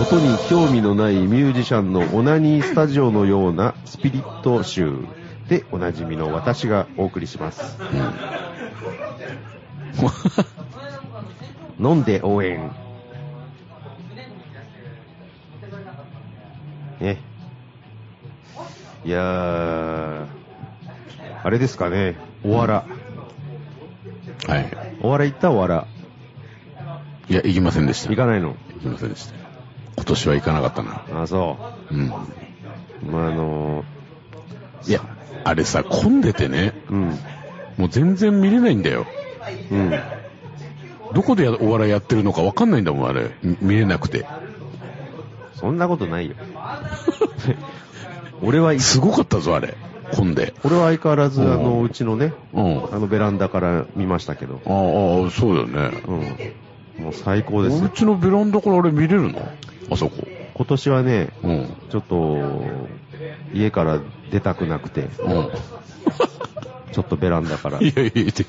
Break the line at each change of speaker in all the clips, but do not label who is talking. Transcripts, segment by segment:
音に興味のないミュージシャンのオナニースタジオのようなスピリット集でおなじみの私がお送りします。飲んで応援。ね。いやー、あれですかね、おわら。
はい。
おわら行ったおわら。
いや、行きませんでした。
行かないの。
行きませんでした。今年は行かなかったな。
あ、そ
うん。
う。まあ、あの
いや、あれさ、混んでてね、
ー、うん。
もう全然見れないんだよ。
うん。
どこでやお笑いやってるのかわかんないんだもん、あれ。み見れなくて。
そんなことないよ。 俺はい、
すごかったぞ、あれ。混んで。
俺は相変わらず、あの、うちのね、
うん。
あのベランダから見ましたけど。
ああああ、そうだよね。
うん。もう最高です
お
よ。
家のベランダからあれ見れるのあそこ。
今年はね、
うん。
ちょっと、家から出たくなくて、
うん。
ちょっとベランダから。
いやいやいや、出て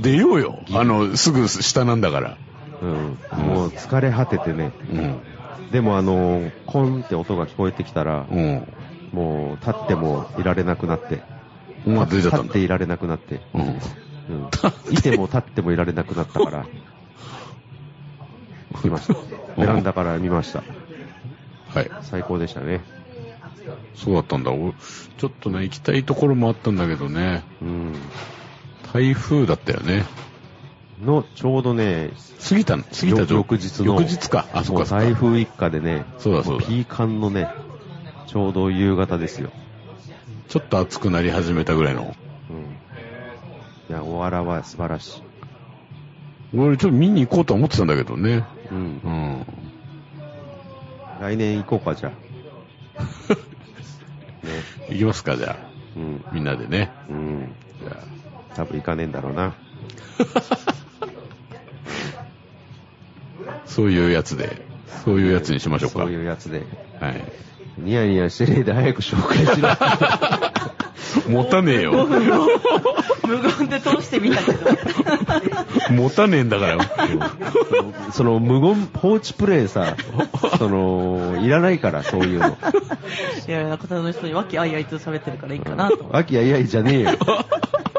出ようよ。あの、すぐ下なんだから。
うん。もう疲れ果ててね。
うん。
でもあのー、コンって音が聞こえてきたら、
うん。
もう立ってもいられなくなって。
お前出ちゃ
立
った
っ
んだ
て。いられなくなって。
うん。
うん。いても立ってもいられなくなったから。来ました。ベランダから見ました。
はい。
最高でしたね。
そうだったんだ。おちょっとね、行きたいところもあったんだけどね。
うん。
台風だったよね。
の、ちょうどね、
過ぎた、過ぎた
翌日の。
翌日か。あ、そ
も
こ
う台風一過でね、
そうだそうだ。
ピーカンのね、ちょうど夕方ですよ。
ちょっと暑くなり始めたぐらいの。
うん。いや、おわらは素晴らしい。
俺ちょっと見に行こうとは思ってたんだけどね。
うん
う。ん。
来年行こうか、じゃあ。ね。
行きますか、じゃ
うん。
あ。みんなでね。
うん。
じゃあ。
多分行かねえんだろうな。
そういうやつで、そういうやつにしましょうか。
そういうやつで。
はい。
ニヤニヤしてねえで早く紹介しろ。
持たねえ よ。
無言で通してみたけど。
持たねえんだから。
その無言放置プレイ さ、その、いらないから、そういうの。
いや、中田の人に和気あいあいと喋ってるからいいかなと思って。
秋やいやいじゃねえよ。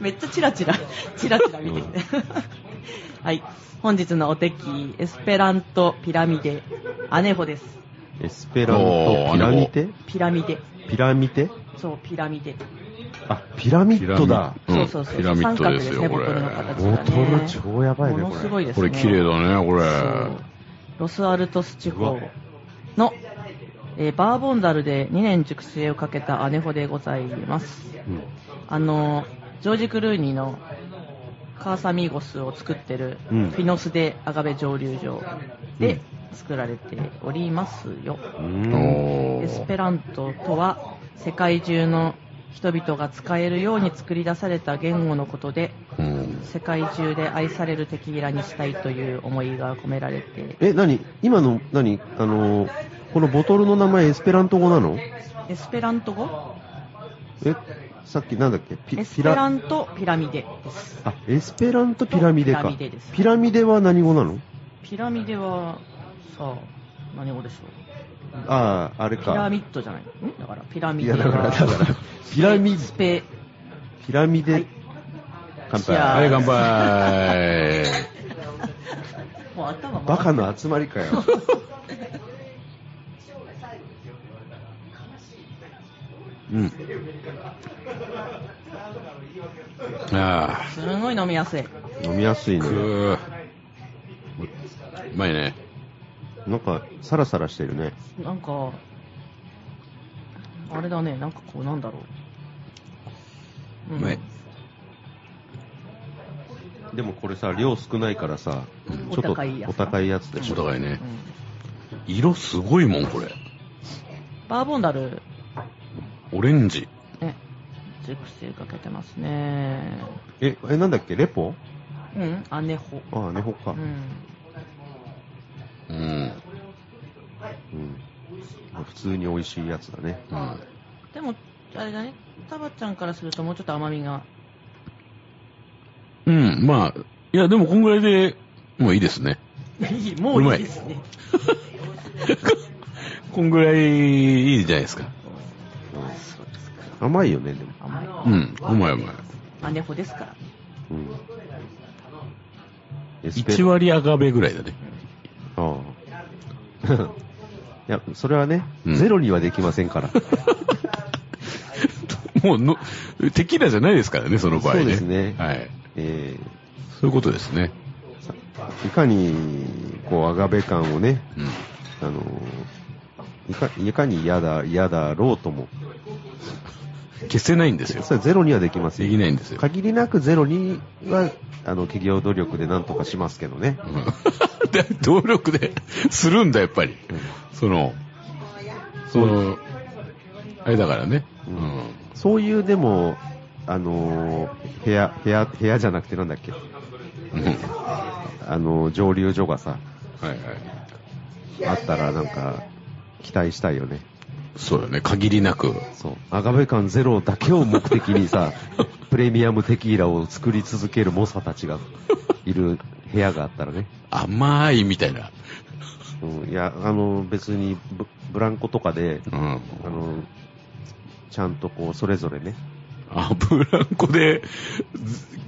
めっちゃチラチラ、チラチラ見てきて。 はい。本日のお手き、エスペラントピラミデ、アネホです。
エスペラント、ピラミテ
ピラミデ。
ピラミテ
そう、ピラミデ。
あ、ピラミッドだ。
うん
そうそうそう
ピラミッドですよ、
三
こ
角
れ。
ですねボトルの形
ボトル超やばい
も
ね、こ
の
れ。
すごいです
こ
ね。
れ綺麗だね、こ
そう
れ。
ロスアルトス地
う
方
わ
の、えーバーボンダルで2年熟成をかけたアネホでございます。
うん
あの、ジョージ・クルーニーのカーサミーゴスを作ってるフ
うん
ィノス・デ・アガベ蒸留所
う
で
ん
作られておりますよ。
うん
お
エス
ー
ペラントとは世界中の人々が使えるように作り出された言語のことで
うん。
世界中で愛されるテキーラにしたいという思いが込められて
え、なに今の、なにあのー、このボトルの名前エスペラント語なの
エスペラント語
え、さっきなんだっけピ
エスペラ
ン
ントピラミデです
あ、エスペラントピラミデ
ピラ
か
ミデです。
ピラミデは何語なの
ピラミデはさあ何語でしょう
ああ、あれ
ピラ
か。
ミッドじゃないんだからピラミ
い
デ
や、
は
だから、だから、ピラミ
スペ
ピラミ
は
デ
い、
乾
いやー
杯。
は い、乾杯。
もう頭
バカ
な
の集まりかよ。
うん。あ
すごい飲みやすい
飲みやすい
あ、
ね
く。ー。うまいね。
なんか、サラサラしてるね。
なんかあれだねなんかこうなんだろう、
う
うん
まい。
でもこれさ、量少ないからさ、ちょっと
お高いやつ
お高いやつでし
お
ょ。
互いね
う。ん
色すごいもん、これ。
バーボンダル
オレンジ。
ね熟成かけてますね
え、え、なんだっけレポ
うんアネホ
ああ、ね、ほっか。
う
うん
ん
うん。うん。
普通に美味しいやつだね。
でもあれだねタバちゃんからするともうちょっと甘みが
うん、まあ、いや、でもこんぐらいでもういいですね。
いいもういいですね。
こんぐらいいいじゃないですか。
甘いよね、でも。
甘い。
うん、うまいうまい。
マネホですからね。
うん。エスペ
1割アガベぐらいだね。
ああ。 いや、それはね、
うん
ゼロにはできません から。
もうの、テキーラじゃないですからね、その場合ね。
そうですね
はい。
え
そういうことですね。
ーいかに、こう、アガベ感をね、
うん。
あのーいか、いかに嫌だ、嫌だろうとも。
消せないんですよ。
それはゼロにはできませ
で
ん
き
よ。
ないんですよ。
限りなくゼロには、あの、企業努力でなんとかしますけどね。
うん で努力でするんだ、やっぱり。その、その、あれだからね。う
うん
ん。
そういう、でも、あのー部屋、部屋、部屋じゃなくてなんだっけ、
うんは
あのー蒸留所がさ、
いはい。
あったらなんか、期待したいよね。
そうよね、限りなく。
そう。アガベ感ゼロだけを目的に さ、プレミアムテキーラを作り続ける猛者たちがいる部屋があったらね。
甘いみたいな。
うん、いや、あの、別にブブランコとかで、
う
あ
ん。
の、ちゃんとこう、それぞれね。
あ、ブランコで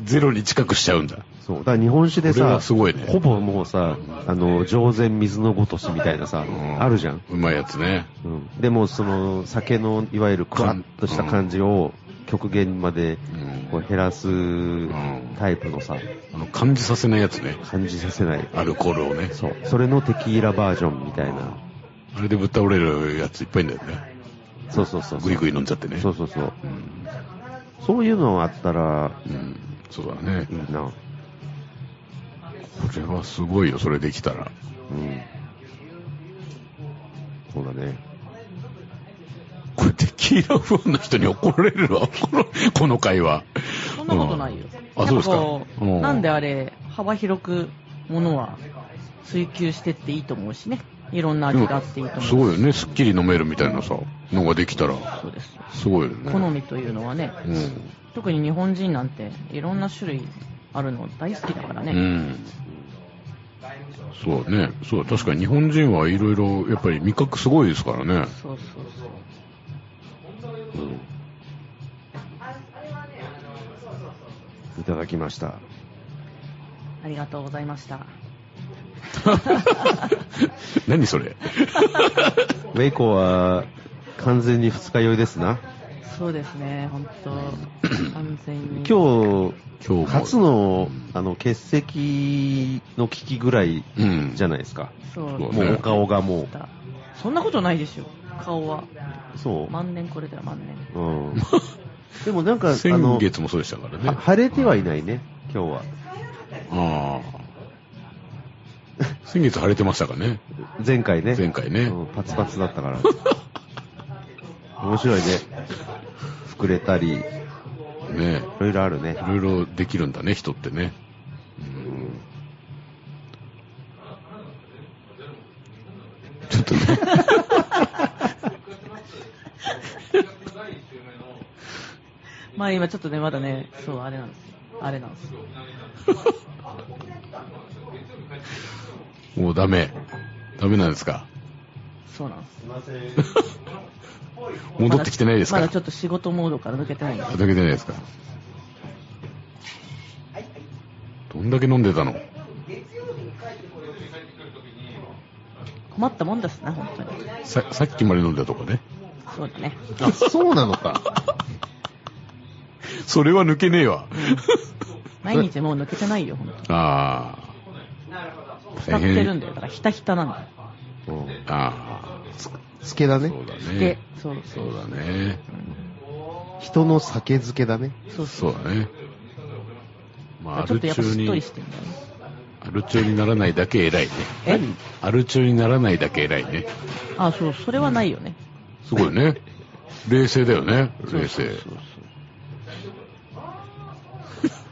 ゼゼロに近くしちゃうんだ。
そう。だから日本酒で
これ
さ、
はすごいね
ほぼもうさ、あの、上善水のごとしみたいなさ、
うん
あるじゃん。
うまいやつね。
うん。でも、その、酒の、いわゆるクワッとした感じを、極限まで、
うん
こう、減らす
ん
タイプのさ、
あの、感じさせないやつね。
感じさせない。
アルコールをね。
そう。それのテキーラバージョンみたいな。
あれでぶっ倒れるやついっぱいいんだよね。
そうそうそうそう。
グリグリ飲んじゃってね。
そうそうそう。
うん。
そういうのあったら、
うん。そうだね
い。いな。
これはすごいよ、それできたら。
うん。そうだね。
これテキーラファンの人に怒られるわ、 この、この会話。
そんなことないよ
うん。あ、そうですか。
なんこう
う
なんであれ、幅広くものは追求してっていいと思うしね。いろんな味があっていいと思うし。
すごいよね、すっきり飲めるみたいなさ、のができたら、
そうです。
すごいよね。
好みというのはね、
うん。
特に日本人なんていろんな種類あるの大好きだから
う
ね。
ん。そうね、そう、確かに日本人はいろいろ、やっぱり味覚すごいですからね。
そうそうそう。
いただきました。
ありがとうございました。
何それ。
ウェイコーは、完全に二日酔いですな。
そうですね、本 当完全に。
今
今日
日、
も
初の、あの、欠席の危機ぐらい
うん。
じゃ
な
ないですか。
そう
そう
もうお顔がも
そんなことないですよ、顔は。
う、そ
万年これだよ、万年。
う。うん。でもなんか、あ
先
の、
月もそうでしたからね。
は晴れてはいないね、今日は。
ああ。先月晴れてましたかね。
前回ね。
前回ね
うんパツパツだったから。面白いね。膨れたり、い
ね
ろいろあるね
い。ろいろできるんだね、人ってね。
うん
ちょっとね。
まあ今ちょっとね、まだね、そう、あれなんですよ。あれなんですよ。
もうダメ。ダメなんですか。
そうなんです。
戻ってきてないですか。
まだちょっと仕事モードから抜けてないんです。
畑じゃないですか。どんだけ飲んでたの
困ったもんですね、本当に。
ささっきまで飲んでたとこね。
そうだね。
あ、そうなのか。
それは抜けねえわ。
毎日もう抜けてないよ、本
ああ。
当。浸ってるんだよ。だからひたひたなんだよ。
うん
あ
つけだ
あ。
ね。
そうだ
で
ね。、
そうそ。
そううだね。
人の酒漬けだね。
そうそう。
そうだね。まあ、ア
ちょっ
ル
とやっぱ
中
しっとり
に
し、てんだよね。
アル中にならないだけ偉いね。
え
アル中にならないだけ偉いね。
あ、そう、それはないよね。
すごいね。冷静だよね。冷静。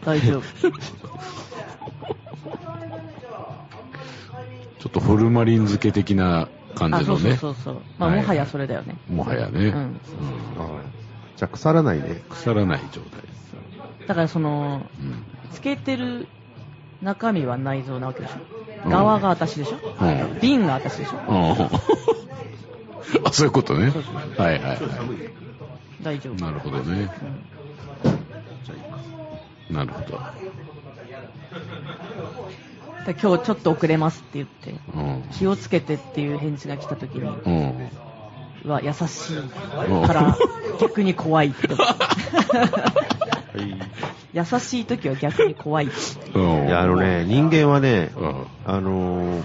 大丈夫。
ちょっとホルマリン漬け的 な感
あ、
じ
そ
の
うそう
ね。
そうそう。まあ、
はい
もはやそれだよね。
もはやね。
うん。
じゃあ腐らないね。
腐らない状態。
だからその、
うん
つけてる中身は内臓なわけでし
う
ょ。
ん
側が私でし
う
ょ。
ん
瓶が私でし ょ。
うん。あ、そういうことね。はいはいは
大丈
い。
夫。
なるほどね。
うん
なるほど。
だから今日ちょっと遅れますって言って、
うん。
気をつけてっていう返事が来た時に
うん。
は優しいから、逆に怖いって思う。優しい時は逆に怖いって。
うん。
いや、あのね、人間はね、
うん。は
あのー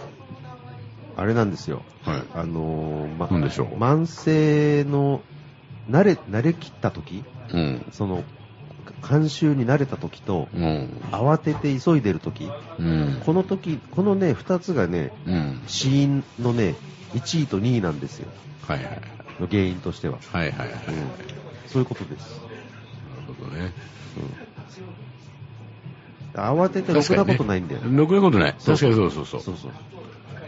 あれなんですよ。
い。
あのーま
なんでしょう
慢性の、慣れ、慣れきった時
うん。
その、慣習に慣れた時と、
うん。
慌てて急いでる時
うん。
この時、このね、二つがね、
うん。
死因のね、1位と2位なんですよ。
はいはい。
原因としては。
はいはいはい。
うん
なる
そういうことです。
ほどね。
うん慌ててろくなことないんだよ。
確かにねろくなことない。
そう
確かにそうそうそう
そうそう。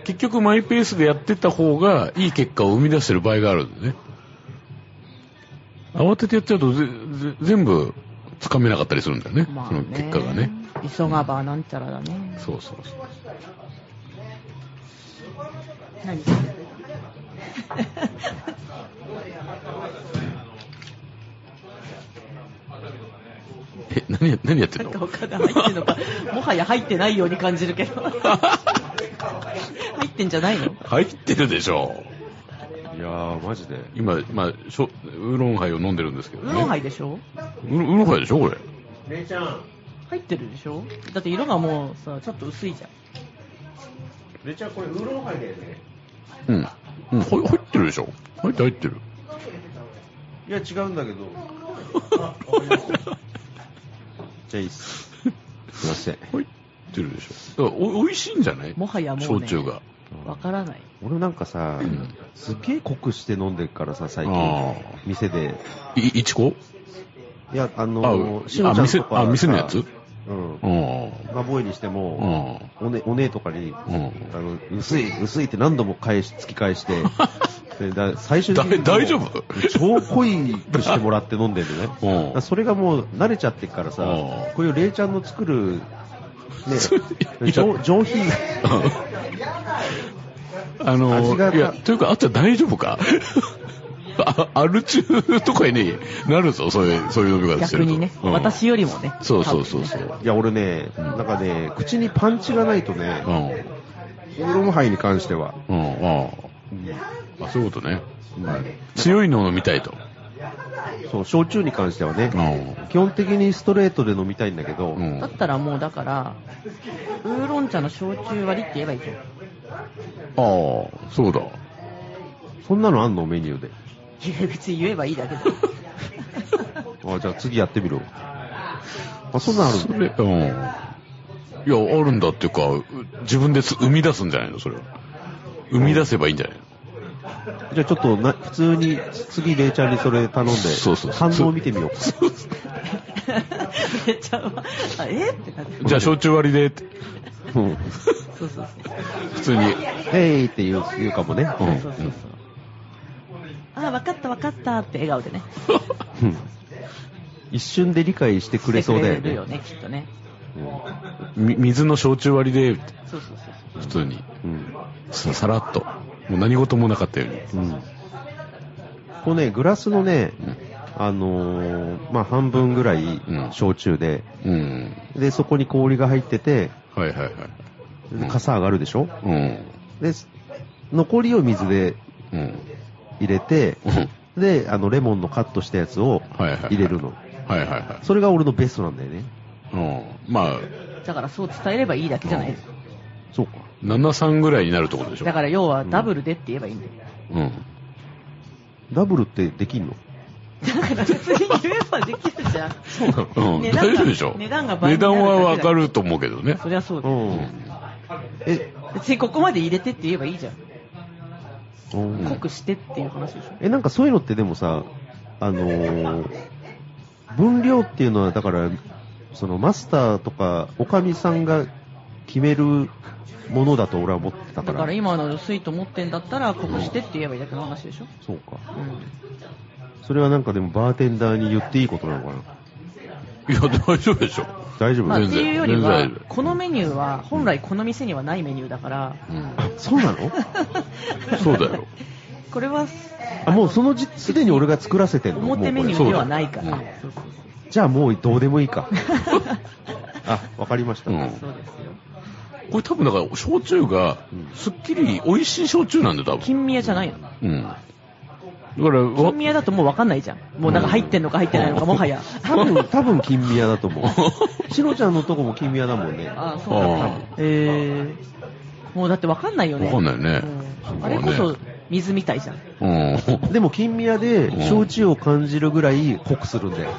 結局マイペースでやってった方がいい結果を生み出してる場合があるんだよね。慌ててやっちゃうとぜぜ全部つかめなかったりするんだよね。
まあ
その
ね。
結果がね。。
急がばなんちゃらだね。
そうそうそう。
何
え、何や、何やってん
なんか
の
お金入ってんのか、もはや入ってないように感じるけど。 入ってんじゃないの
入ってるでしょ。
いやー、マジで。
今、まあ、しょウーロンハイを飲んでるんですけど
ウ
ね。
ーロンハイでしょ
ウーロンウーロンハイでしょこれ。
入ってるでしょだって色がもうさ、ちょっと薄いじゃん。
めちゃこれウーロンハイだよね。
うん。うん、ほ入ってるでしょ入って入ってる。
いや、違うんだけ ど。じゃあいいっす。すいません。
入ってるでしょ。だからお、美味しいんじゃない
もはやもう
焼
ね
酎が。
わからない。
俺なんかさ、すっげえ濃くして飲んでるからさ、最
あ
近。
ー
店で。
い、いちこ
いや、あ
あ
の
う
ー、しのちゃんとか
あ店あ店のやつ
うん。
うん。
ガボーイにして
う
も、
ん。
おね、お姉とかに、
うん。
あの、薄い、薄いって何度も返し、突き返 して、でだ最終的にもう。
だ大丈夫
超濃いくしてもらって飲んでるのね。だ
うん
からそれがもう慣れちゃってっからさ
うん、
こういうレイちゃんの作る、ね
そう いや、
上上品な、
あの
味が
いや、というか、あっちゃん大丈夫か あアル中とかになるぞ、そういう、そういう飲み方して
逆
ると。
にね、
うん
私よりもね。
そうそうそうそう。
いや、俺ね、なんかね、口にパンチがないとね
う、ん。うん。
ウーロンハイに関しては、
うん。あ、そういうことね。強いのを飲みたいと。
そう、焼酎に関してはね
う、ん。
基本的にストレートで飲みたいんだけど
う、ん
だったらもうだから、ウーロン茶の焼酎割りって言えばいいじゃん。
ああ、そうだ。
そんなのあんのメニューで。
いや別に言えばいいだけだ。
あ、じゃあ次やってみろ。あ、そんなのある
そ
んだ。
れ、うん。いや、あるんだっていうか、う自分です生み出すんじゃないの、それは。生み出せばいいんじゃないの。
じゃあちょっとな、普通に、次、レイちゃんにそれ頼んで、
そうそう
反応を見てみようか。
めっちゃ、あえってなって。
じゃあ、焼酎割りでって、
うん。
そうそうそう。
普通に。
へいって言う、言うかもね。
うん
そうそうそうそう。あー、わかったわかったって笑顔でね。
うん一瞬で理解してくれそうだよ
してく
ね
れる。よね、きっとね。
み水の焼酎割りで、
そうそうそうそう。
普通に。
うん。
ささらっと。もう何事もなかったように。
うん。こうね、グラスのね、あのーまあ、半分ぐらい
うん
焼酎で、
うん。
で、そこに氷が入ってて、
はいはいはい。
でかさ上がるでしょ
うん。
で、残りを水で
うん。
入れて、
うん
で、あの、レモンのカットしたやつを
はいはい。
入れるの。
はいはいは
それが俺のベストなんだよね。
い。うん。まあ、
だからそう伝えればいいだけじゃないですか。
そうか。
73ぐらいになるってことでしょ
だ。から要はダブルでって言えばいいんだよ。
うん。
ダブルってできんの
だから別に言えばできるじゃん。そうな
うん。
値
大
段が
丈夫でしょ。
値段が倍
値
になる
段はわ
だけ
か
だ
ると思うけどね。
そりゃそうだよ。
ん。え、
別にここまで入れてって言えばいいじゃん。
うん
濃くしてっていう話でしょ。
え、なんかそういうのってでもさ、あのー分量っていうのはだから、そのマスターとか、おかみさんが決めるものだと俺は思ってたか
だ
ら。
から今の薄いと思ってんだったら濃くしてって言えばいいだけの話でしょ。
そうか。
う
それはなんかでもバーテンダーに言っていいことなのかな。
いや、大丈夫でしょ。
大丈夫
まあ、って
全
いう
然。
よりは
全然、
このメニューは本来この店にはないメニューだから、
うん
あ、そうなの
そうだよ。
これは
あ、もうその時、すでに俺が作らせてんの
表メニューではないから。
もうこ
そうそう
じゃあもうどうでもいい か。あ、わかりました。
うん
そうそうですよ。
これ多分だから、焼酎が
うん、
すっきり美味しい焼酎なんだよ、多分。
金宮じゃないの
うん。だから、わ
金宮だともう分かんないじゃん。もうなんか入ってんのか入ってないのか、もはや。
多分、多分金宮だと思う。しのちゃんのとこも金宮だもんね。
ああ、そうだった
あ
えー、もうだって分かんないよね。
わかんないね
うんあれこ
そう
そ
だ
水みたいじゃん。
あ。うん。
でも金宮で焼酎を感じるぐらい濃くするんだよ。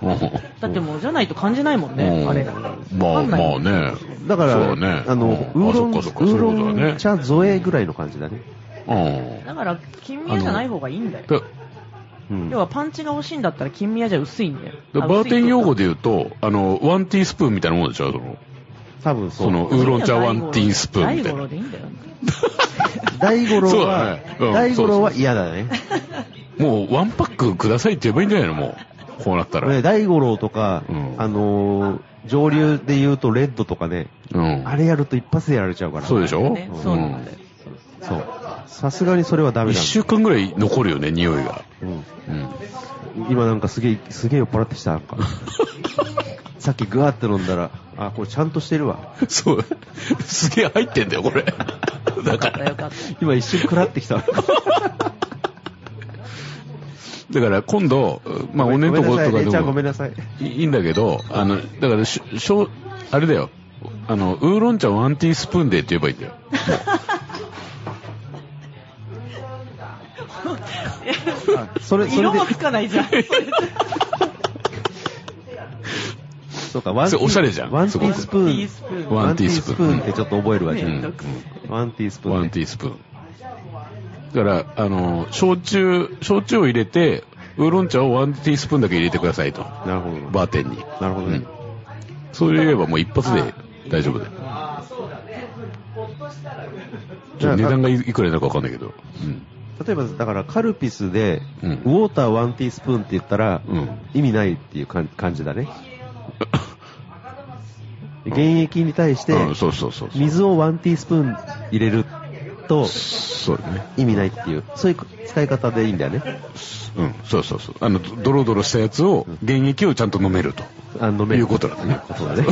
うん
うん
だってもうじゃないと感じないもんね、
うん
あれ。
まあ
わかん
ま
ない
あね。
だから、
そうね。
あの、ウーロン、
あ
ウ
そっかそっか、そうい
ー
うこと
ロ
だね
ン。茶添えぐらいの感じだね。
うん。
だから、金宮じゃない方がいいんだよ。
で
うん
要。はパンチが欲しいんだったら金宮じゃ薄いんだよ。
で
あ
バーテン用語
薄い
で言うと、あの、ワンティースプーンみたいなもんでしょその、
多分そう。
その、ウーロン茶ワンティースプーンみたい
大五郎
な。
でいいんだよね。
大五郎
そうだ
は、
ねうん
大五郎は嫌だね。
もう、ワンパックくださいって言えばいいんじゃないのもう。こうなったら。
ね大五郎とか、
うん
あのー上流で言うとレッドとかね、
うん。
あれやると一発でやられちゃうから。
そうでしょ
ねそうなんだよ。
そう。さすがにそれはダ
うん
メ
一
だ。
週間ぐらい残るよね、匂いが。
うん
うん。
今なんかすげえ、すげえ酔っ払ってきた、 なんか。さっきグワーって飲んだら、あ、これちゃんとしてるわ。
そう。すげえ入ってんだよ、これ。だか
よ
ら、
かった。
今一瞬食らってきた。
だから今度、まあ、おねんとことか
ごめんなさい姉ち
で
ゃんご
も
めんなさい。
いいいんだけど、あの、だからし、しょう、あれだよ。あの、ウーロン茶ワンティースプーンでって言えばいいんだよ。
あそれ、それ
色
で
も、つかないじゃん。
そうか、ワンティー
それおしゃれじゃん
ワンテ
す
ィ
ごい
ースプーン。
ー
ワンティースプーン
ワンティってちょっと覚えるわ、じゃ
う
あ
ん。
ワンティースプーンね。
ワンティースプーン。だから、あの、焼酎、焼酎を入れて、ウーロン茶をワンティースプーンだけ入れてくださいと。
なるほど。
バーテンに。
なるほどね。
そう言えばもう一発で大丈夫だよ。ちょっと値段がいいくらになるかわかんないけど。うん。
例えば、だから、カルピスで、
うん
ウォーターワンティースプーンって言ったら、
うん
意味ないっていうかん感じだ ね。現役に対して、
うん、そうそうそうそう。
水をワンティースプーン入れると、
そうだね。
意味ないっていう、そういう使い方でいいんだよね。
うん、そうそうそう。あの、ドドロドロしたやつを、原液をちゃんと飲めると。
あ飲め
い
る
うことだね
いうことだ ね。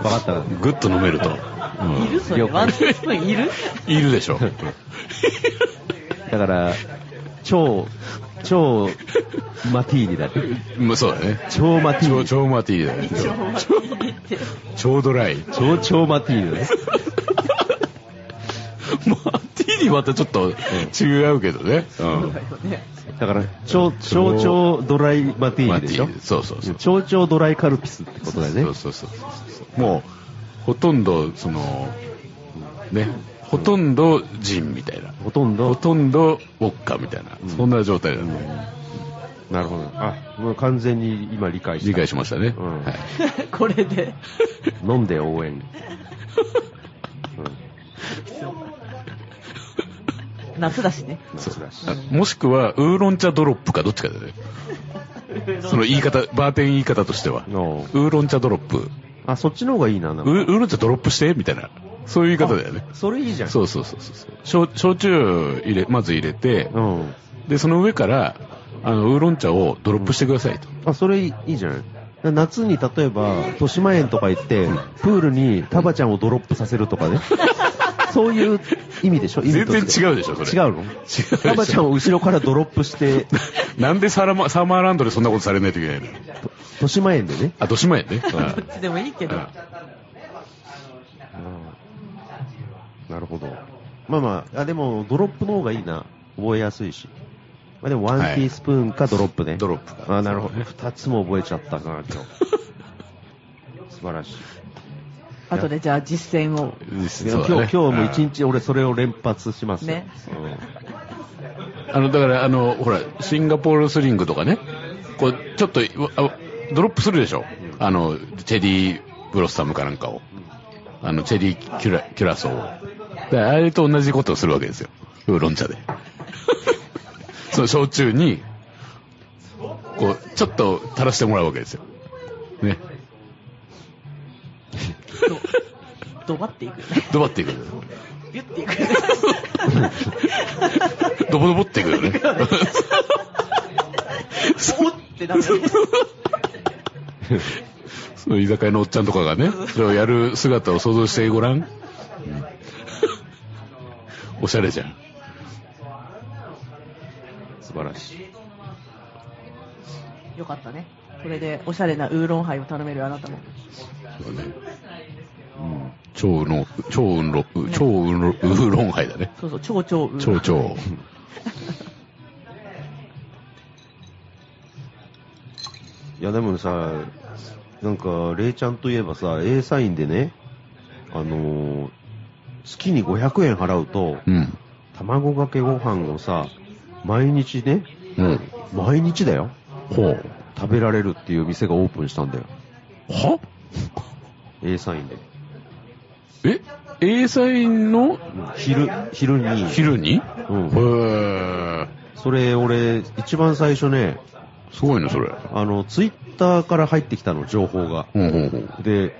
あ、わかっ
ぐっと飲めると。
いるそれ。
了解
ワンティースプーンいる
うん。いるでしょ。
た。だから、超、超、マティーニだね。
まあそうだね。
超マティー
超、
ニ。
超マティーだね。超ドライ。
超超マティーニだね。
マティーにまたちょっと違うけどね。うん。
だから、超、超超ドライマティー
マ
ニ
テ
で
ィ
しょ
ー。そうそうそう。
超超ドライカルピスってことだよね
そう。そうそうそう。もう、ほとんど、その、ね、ほとんどジンみたいな。
ほとん
ほ
ど。
とんどウォッカみたいな。そんな状態だね。
なるほど。あ、もう完全に今理解した。
理解しましたね。
うん
はい。
これで。
飲んで応援。
夏だしね。
そうだし。
あもしくは、ウーロン茶ドロップかどっちかだ ね。その言い方、バーテン言い方としては。
おう
ウーロン茶ドロップ。
あ、そっちの方がいいな、なん
ウ
か
ウーロン茶ドロップしてみたいな。そういう言い方だよね。
それいいじゃん。
そうそうそうそう焼。焼酎入れ、まず入れて、
うん。
で、その上から、あの、ウーロン茶をドロップしてくださいと。
あ、それいいいいじゃない夏に例えば、豊島園とか行って、プールにタバちゃんをドロップさせると かね。そういう意味でしょ意味
全
と
然
して
違うでしょ、それ。
違うの
違う
タバちゃんを後ろからドロップ して、
なんでサラマサーマーランドでそんなことされないといけないの
豊島園でね。
あ、どしまやね。
どっちでもいいけど。
なるほど。まあまあ、あ、でも、ドロップの方がいいな。覚えやすいし。まあでも、ワンティースプーンかドロップね。
ドロップか
あ、なるほど。二つも覚えちゃったな、今 日。素晴らしい。
あとでじゃあ実践を。
うんそう
いや
だね
今日、今日も一日俺それを連発しますよ
ね
あの、だから、あの、ほら、シンガポールスリングとかね、こう、ちょっと、わあドロップするでしょあの、チェリーブロッサムかなんかを。あの、チェリーキュラ、キュラソーを。だからあれと同じことをするわけですよ。ウーロン茶で。 その焼酎に、こう、ちょっと垂らしてもらうわけですよ。ね。
ドバっていく。
ドバっていく。
ビュっていく。
ドボドボっていくよね。
おってなるよね。
その居酒屋のおっちゃんとかがね、それをやる姿を想像して ごらん。うんおしゃれじゃん。
素晴らしい。
よかったね。これでおしゃれなウーロンハイを頼めるあなたも。
そうね。うん超ウーロン、超ウーロン、超ウーロンウーロンハイだね。
そうそう、超超ウーロン
超々。
いや、でもさ、なんか、レイちゃんといえばさ、A サインでね、あのー月に500円払うと、
うん。
卵かけご飯をさ、毎日ね、
うん。
毎日だよ、
ほう。
食べられるっていう店がオープンしたんだよ。
は
A サインで。
え ?A サインの
うん昼、昼に、
昼に
うん
へー。
それ俺、一番最初ね、
すごいね、それ。
あの、ツイッターから入ってきたの、情報が。
ほうほうほう。
で、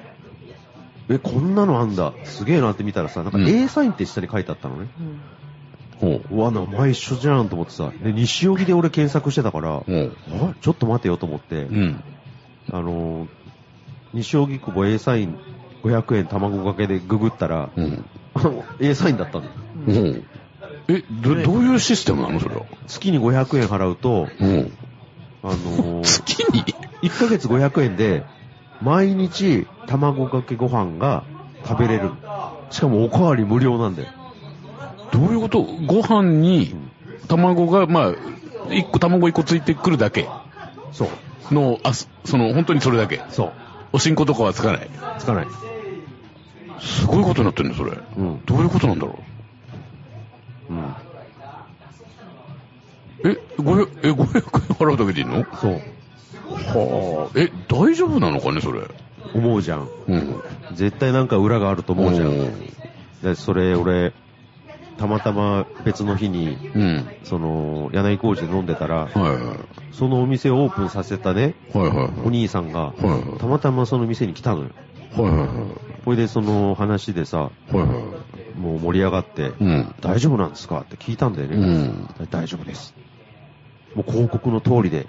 え、こんなのあんだ。すげえなって見たらさ、なんか
うん
A サインって下に書いてあったのね。
うん
ほう。
うわ、名前一緒じゃんと思ってさ。で、西荻で俺検索してたから、
ほう。
あちょっと待てよと思って、
うん。
あのー、西荻久保 A サイン500円卵かけでググったら、
うん。
あの A サインだったんだよ。
ほう。え、ど、どういうシステムなのそれは。
月に500円払うと、
ほう。
あのー、
月に
1ヶ月500円で、毎日卵かけご飯が食べれる。しかもおかわり無料なんだよ。
どういうことご飯に卵が、まあ、一個、卵一個ついてくるだけ
そう。
の、あ、そその、本当にそれだけ。
そう。
おしんことかはつかない。
つかない。
すごいことになってるね、それ。
うん。
どういうことなんだろ
うん。
う。え、500、え、500円払うだけでいいの
そう。
はあ。え、大丈夫なのかね、それ。
思うじゃん。
うん。
絶対なんか裏があると思うじゃ。
うん
で、それ俺、たまたま別の日に、
うん。
その、柳小路で飲んでたら、
はいはい。
そのお店をオープンさせたね、
はいはい
お兄さんが、
はいはい
たまたまその店に来たのよ。
はいはいはい。
ほいでその話でさ、
はいは
もう盛り上がって、
い。うん。
大丈夫なんですかって聞いたんだよね。
うん。
大丈夫です。もう広告の通りで、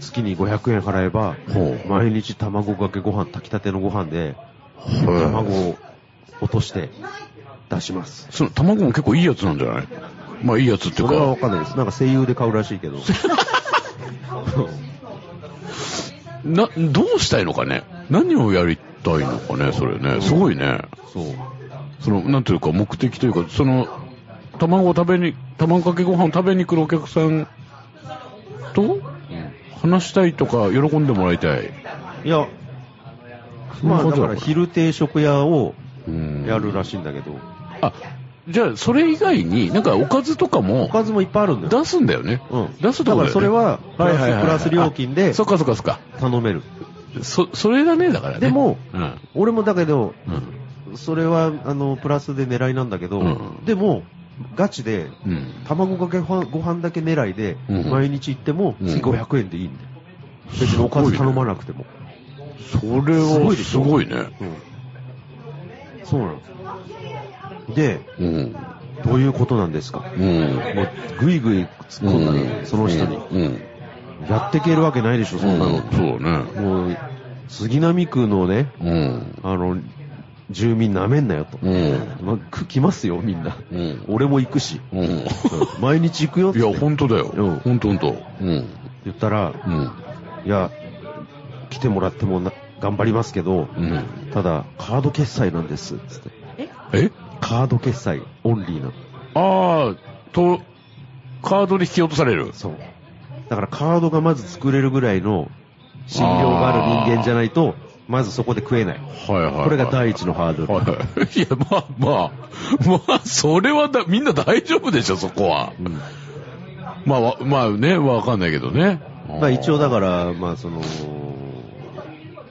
月に500円払えば、
ほう。
毎日卵かけご飯、炊きたてのご飯で、
はい
卵を落として出します。
その卵も結構いいやつなんじゃないまあいいやつっていう
それはわ
か、
かんないです。なんか声優で買うらしい けど。
な、どうしたいのかね何をやりたいのかねそれね。すごいね。
そう。
その、なんていうか目的というか、その、卵を食べに、卵かけご飯を食べに来るお客さんと話したいとか、喜んでもらいたい。
いや、
そんな
まあ
こ
だ
と
か
だ
ら昼定食屋を
うん
やるらしいんだけど、
あ、じゃあそれ以外に、なんかおかずとか
お
も
かずもいっぱいあるんだよ。
出すんだよね。
うん。
出すと
だから
こだよね
それは、プ
はいはいはいはい
ラス料金で
あそっかそっかそっか。
頼める。
そ、それだね、だからね。
でも
うん。
俺もだけど、
うん。
それは、あの、プラスで狙いなんだけど、
うん
でも、ガチで、
うん。
卵かけご飯ご飯だけ狙いで、
うん
毎日行っても、
うん
月500円でいいんだよ。別におかず頼まなくても。
それ
すご
はい
でし
す
ょ
ごいね。
うん。そうなんです。で、
うん。
どういうことなんですか
うん。
もう、ぐいぐい突っ込んだね、その人に。
うん。
やっていけるわけないでしょ、そんなの。
そうだね。
もう、杉並区のね、
うん。
あの、住民なめんなよと。
うん。
ま区来ますよ、みんな。
うん。
俺も行くし。
うん。
うん毎日行くよっ
い
て
や、本当だよ。
うん
本当本当。うん。
言ったら、
うん。
いや、来てもらってもな頑張りますけど、
うん。
ただ、カード決済なんです、つって。
え
カード決済、オンリーなの。
ああ、と、カードで引き落とされる。
そう。だからカードがまず作れるぐらいの信用がある人間じゃないと、まずそこで食えない。
はいはいはい。
これが第一のハードル。
はい。いや、まあまあ、まあ、それはだ、みんな大丈夫でしょ、そこは。
うん
まあ、わまあね、わかんないけどね。
まあ一応だから、まあその、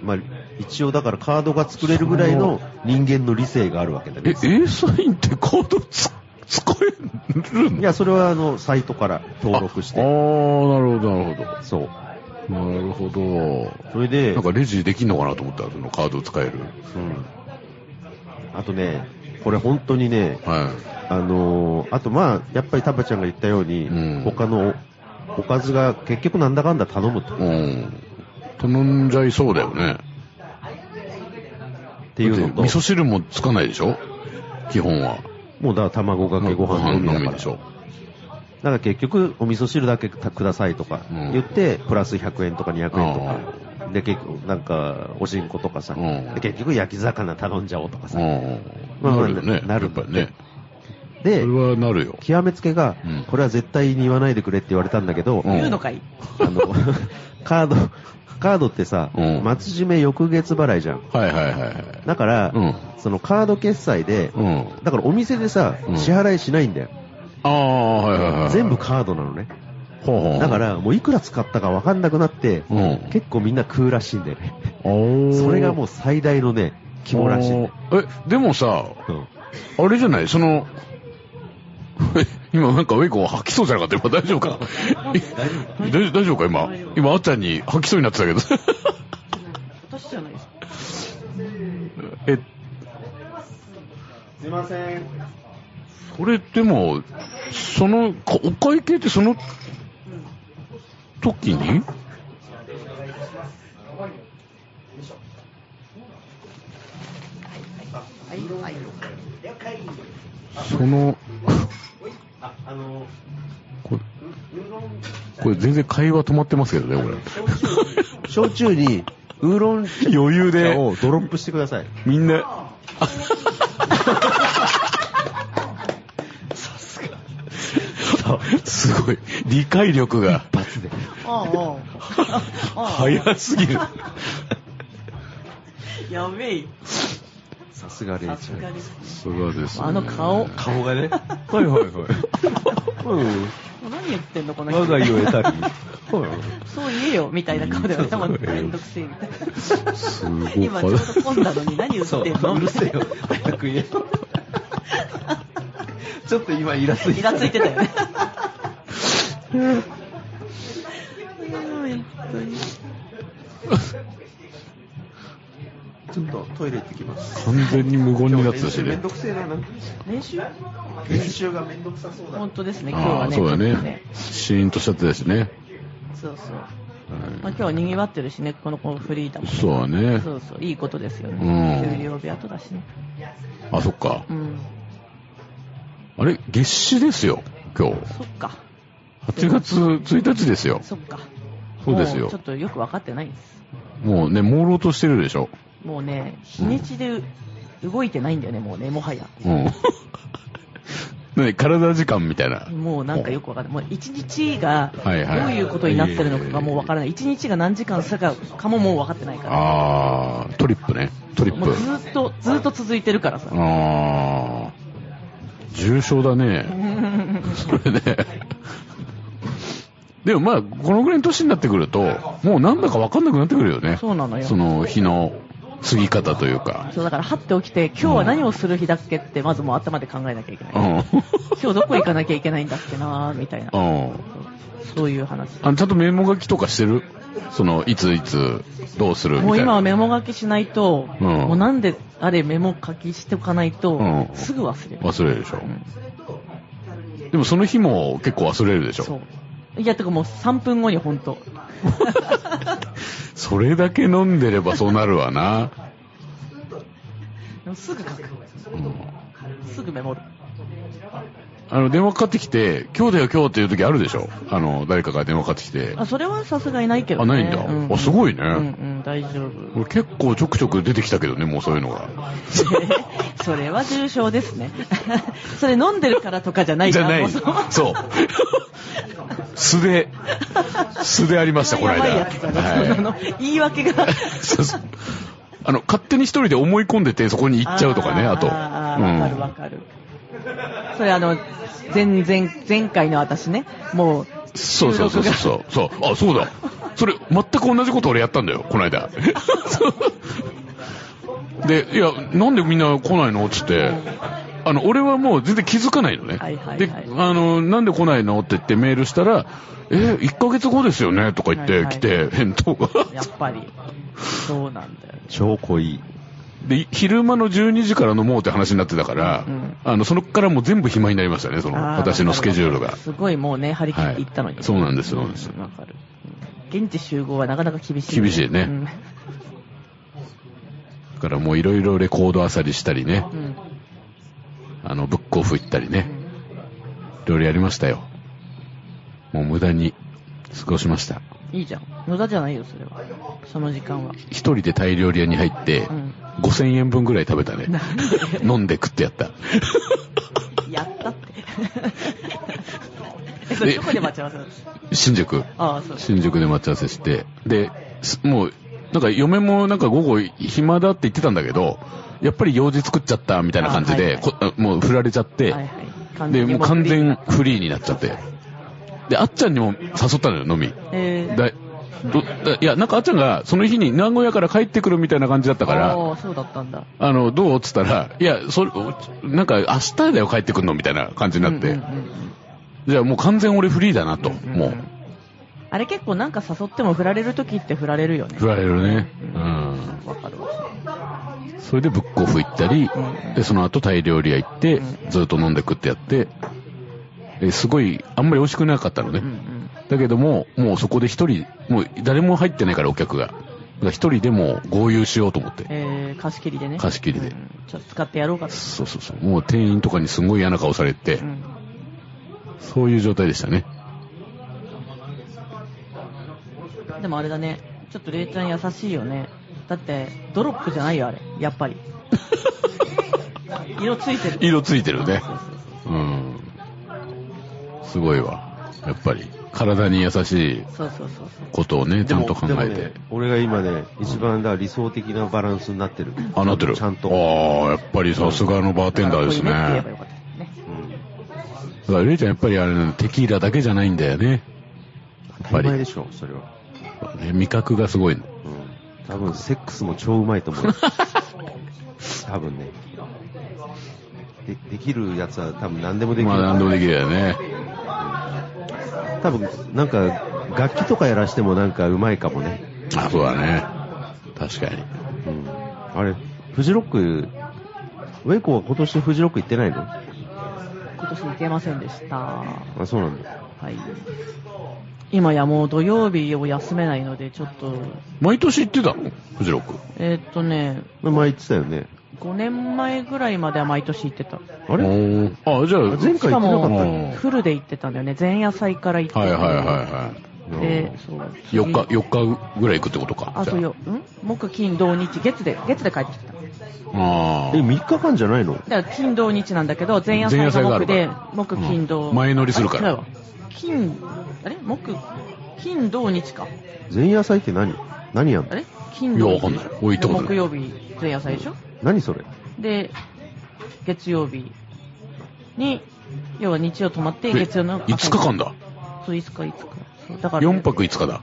まあ一応だからカードが作れるぐらいの人間の理性があるわけだ
え
ね。、
A サインってコードつ、使える
いや、それはあの、サイトから登録して
ああ。ー、なるほど、なるほど。
そう。
なるほど。
それで、
なんかレジできんのかなと思ったら、そのカード使える。
うん。あとね、これ本当にね、
は
あのーあとまあ、やっぱりタバちゃんが言ったように、
うん
他のおかずが結局なんだかんだ頼むと
い。うん。頼んじゃいそうだよね。
っていうの
だ
と
って味、噌汁もつかないでしょ基本は。
もうだから卵かけご飯のみだから。
でしょ。
だから結局、お味噌汁だけくださいとか
うん
言って、プラス100円とか200円とか。で、結構、なんか、おしんことかさ、
うん
で結局焼き魚頼んじゃおうとか
う
さ。
ん。
まあま
な
あ
るよね。
なる
やっぱりね。そ
で
れ、はなるよ。
極めつけが、
うん
これは絶対に言わないでくれって言われたんだけど、
うん
言うのかい
あの、 カード、カードってさ、
うん
松締め翌月払いじゃん。
はいはいはいはい。
だから、
うん
そのカード決済で、
うん。
だからお店でさ、
うん
支払いしないんだよ。
ああ、はいはいはい。
全部カードなのね。
ほうほう
だか、ら、もういくら使ったかわかんなくなって、
うん
結構みんな食うらしいんだよね。
おー
それがもう最大のね、肝らしい。
おーえ、でもさ、
うん
あれじゃないその、 今なんかウェイコン吐きそうじゃなかった今大丈夫か大丈夫大丈夫か今
大丈夫。
今、あっちゃんに吐きそうになってたけど。
私じゃないですか。
え、
すいません。
それでも、その、こお会計ってその時に
はい、はい。
その、
あ、あの、
これ、これ全然会話止まってますけどね、これ。
焼酎に、ウーロン
余裕
茶
で、
をドロップしてください。
みんな、すごい、理解力が
罰で。
ああ、ああ。
早すぎる。
やべえ。
さすがレイ
さ
ち
す
ゃん
が。です。
それはですね
あの顔。も
顔がね。
はいはいはい。
うん。
う何言ってんのこの人。
我が家を得たり。
そう言えよ、みたいな顔だよね。もうめんどく せえ、みたいな。
すごい。
今ちょうど混んだのに何言って
そ
ん
う、
のみたいな
うるせえよ。早く言 えよ。ちょっと今イラつい
イ
て
ラついてたよ ね。
ちょっとトイレ行ってきます。
完全に無言になってたし
め
ね
んど。くせえな、なんか
練習
練習がめんどくさそうだ。
本当ですね、今日
あ
は
あ、
ね。
そうだ
ちょっと
ね。シーンとしちゃってたしね。
そうそう。まあ
は
今日は賑わってるしね、このこのフリーダ
い
ム。
そうだね。
そうそう、いいことですよ
うん
ね。給料日後だしね。
あ、そっか
う。ん。
あれ、月始ですよ、今日。
そっか。
8月1日ですよ。
そっか。
そうですよ
もちょっとよく分かってないんです。
もうね、朦朧としてるでしょ。
もうね、日にちで動いてないんだよね、もうね、もはや。
うん。 何体時間みたいな。
もうなんかよくわかんない。もう一日がどう
はいはい
いうことになってるのかがもうわからない。一日が何時間差かかももうわかってないから。
あー、トリップね。トリッ
もう
プ。
ずっと、ずっと続いてるからさ。
あー、重症だね。 それね。でもまあ、このぐらいの年になってくると、もうなんだかわかんなくなってくるよね。
そうなのよ
その日の過ぎ方というか。
そうだから、はって起きて、今日は何をする日だっけって、まずもう頭で考えなきゃいけない。
う
今
ん。
日どこ行かなきゃいけないんだっけなーみたいな
う。ん。
そういう話。
あのちゃんとメモ書きとかしてるその、いついつ、どうするみ
もう
たい
今
な。
はメモ書きしないと、
うん
もうなんであれメモ書きしておかないと、
うん
すぐ忘れる。
忘れるでしょ。でもその日も結構忘れるでしょ。
そう。いや、てかもう3分後に 本当。
それだけ飲んでればそうなるわな。
でもすぐ書く。
うん
すぐメモる。
あの、電話かかってきて、今日だよ今日っていう時あるでしょあの、誰かが電話かかってきて。
あ、それはさすがにないけどね。
あないんだ
う
あすごいね
うんうん、大丈夫。
俺結構ちょくちょく出てきたけどね、もうそういうのが。
それは重症ですね。 それ飲んでるからとかじゃない
じゃな
も
い。
うそ
そう。素で、素でありました、この
や
間。
ばいやつだね。その
は
言い訳が。
い。そうそうあの、勝手に一人で思い込んでて、そこに行っちゃうとかね、あと。
あーわかるわかる。それあの、前前前回の私ね、もう、
そうそうそうそう
収録
そう。そう。あ、そうだ。それ、全く同じこと俺やったんだよ、この間。そうで、いや、なんでみんな来ないのつって、あの、俺はもう全然気づかないのね。
はいはいはい
で、あの、なんで来ないのって言ってメールしたら、えー、1ヶ月後ですよねとか言っ
はい
て
はい
来て、返答 が。
やっぱり。そうなんだよね。
超濃い。
で、昼間の12時から飲もうって話になってたから、
うん
あの、そのから もう全部暇になりましたね、その、
あー
私のスケジュール
なるほ
が
ど。すごいもうね、張り切って行ったのに。
はいそうなんですそうなんです
わかる。うん現地集合はなかなか厳しい。
厳しいね
うん
だからもういろいろレコードあさりしたりね
う、ん。
あの、ブックオフ行ったりね、いろいろやりましたよ。もう無駄に過ごしました。
いいじゃん。無駄じゃないよ、それは。その時間は。
一人でタイ料理屋に入って、
うん
5000円分ぐらい食べたね。
なんで
飲んで食ってやった。
やったって。え、 それどこで待ち合わせなんですか
新宿。
ああ、そうです。
新宿で待ち合わせして、で、すもう、なんか嫁もなんか午後暇だって言ってたんだけど、やっぱり用事作っちゃったみたいな感じで、
あはいはい
こあもう振られちゃって、
はいはい。
で、もう完
に
全フリーになっちゃって。で、あっちゃんにも誘ったのよ、飲み。
えー、
だどだいや、なんかあっちゃんがその日に名古屋から帰ってくるみたいな感じだったから、
ああ、そうだったんだ。
あの、どうって言ったら、いや、それ、なんか明日だよ帰ってくんのみたいな感じになって、
うんうんうん
じゃあもう完全俺フリーだなと、
うん
もう。
あれ結構なんか誘っても振られる時って振られるよね。
振られるね。う
うん
ん。
わかるわ。
それでブックオフ行ったり、
うん
で、その後タイ料理屋行って、
うん
ずっと飲んで食ってやって、ですごい、あんまり美味しくなかったのね。
うんうん。
だけども、もうそこで一人、もう誰も入ってないからお客が。だから一人でも合流しようと思って。
えー、貸し切りでね。
貸し切りで
うんちょっと使ってやろうかと。
そうそうそう。もう店員とかにすごい嫌な顔されて、
うん。
そういう状態でしたね。
でもあれだね。ちょっとレイちゃん優しいよね。だって、ドロップじゃないよ、あれ。やっぱ り。色ついてる。
色ついてるね
そうそうそう
うん。すごいわ。やっぱり、体に優しい
そうそうそうそう。
ことをね、ちゃんと考
でも
え
ね
て。、
俺が今ね、一番だ理想的なバランスになってる。
あ、なってる。
ちゃんと。
ああ、やっぱりさすがのバーテンダーですね。
だからこ
だ
ういうって言えばよかったですね。
うん
から、レイちゃんやっぱりあれなの、テキーラだけじゃないんだよね。
当
ぱ
た
り
り前でしょ、それは。
ね味覚がすごいの。
うん。多分、セックスも超うまい と思う。多分ね。でできるやつは多分何でもできる。
まあ、何でもできるよね。
多分、なんか、楽器とかやらしてもなんかうまいかもね。
あ、そうだね。確か
う
に。
ん。あれ、フジロック、ウェイコは今年フジロック行ってないのあ、
今年行けませんでした。は
そうなんだ。
い。今やもう土曜日を休めないので、ちょっと、
毎年行ってたのフジロック。
えーっとね、
前言ってたよね。
5年前ぐらいまでは毎年行ってた。
あれ
おーあ、じゃあ、
前
し
回
か
行ってなかっ
うん
も、フルで行ってたんだよね。前夜祭から行って
はい
て。
はいはいは
たの
で、そう。
い。4日、4日ぐらい行くってことか。
あ、そうよ。ん木、金、土、日、月で、月で帰ってきた。
じゃあ。あ
え、
ー
3日間じゃないの
だから金、土、日なんだけど、前夜
前夜祭
祭
があ
が
る
木
から
で、木、金、土。
うん前乗りするから
あ違うわ金、あれ木、金、土、日か。
前夜祭って何何やん
あ
の
れ金、土、
いやわかんない俺行ったことない
木曜日、前夜祭でしょ
何それ
で、月曜日に、要は日曜泊まって、
え
月曜の
5日間だ。
そう、5日、5日。そうだから、
4泊5日だ。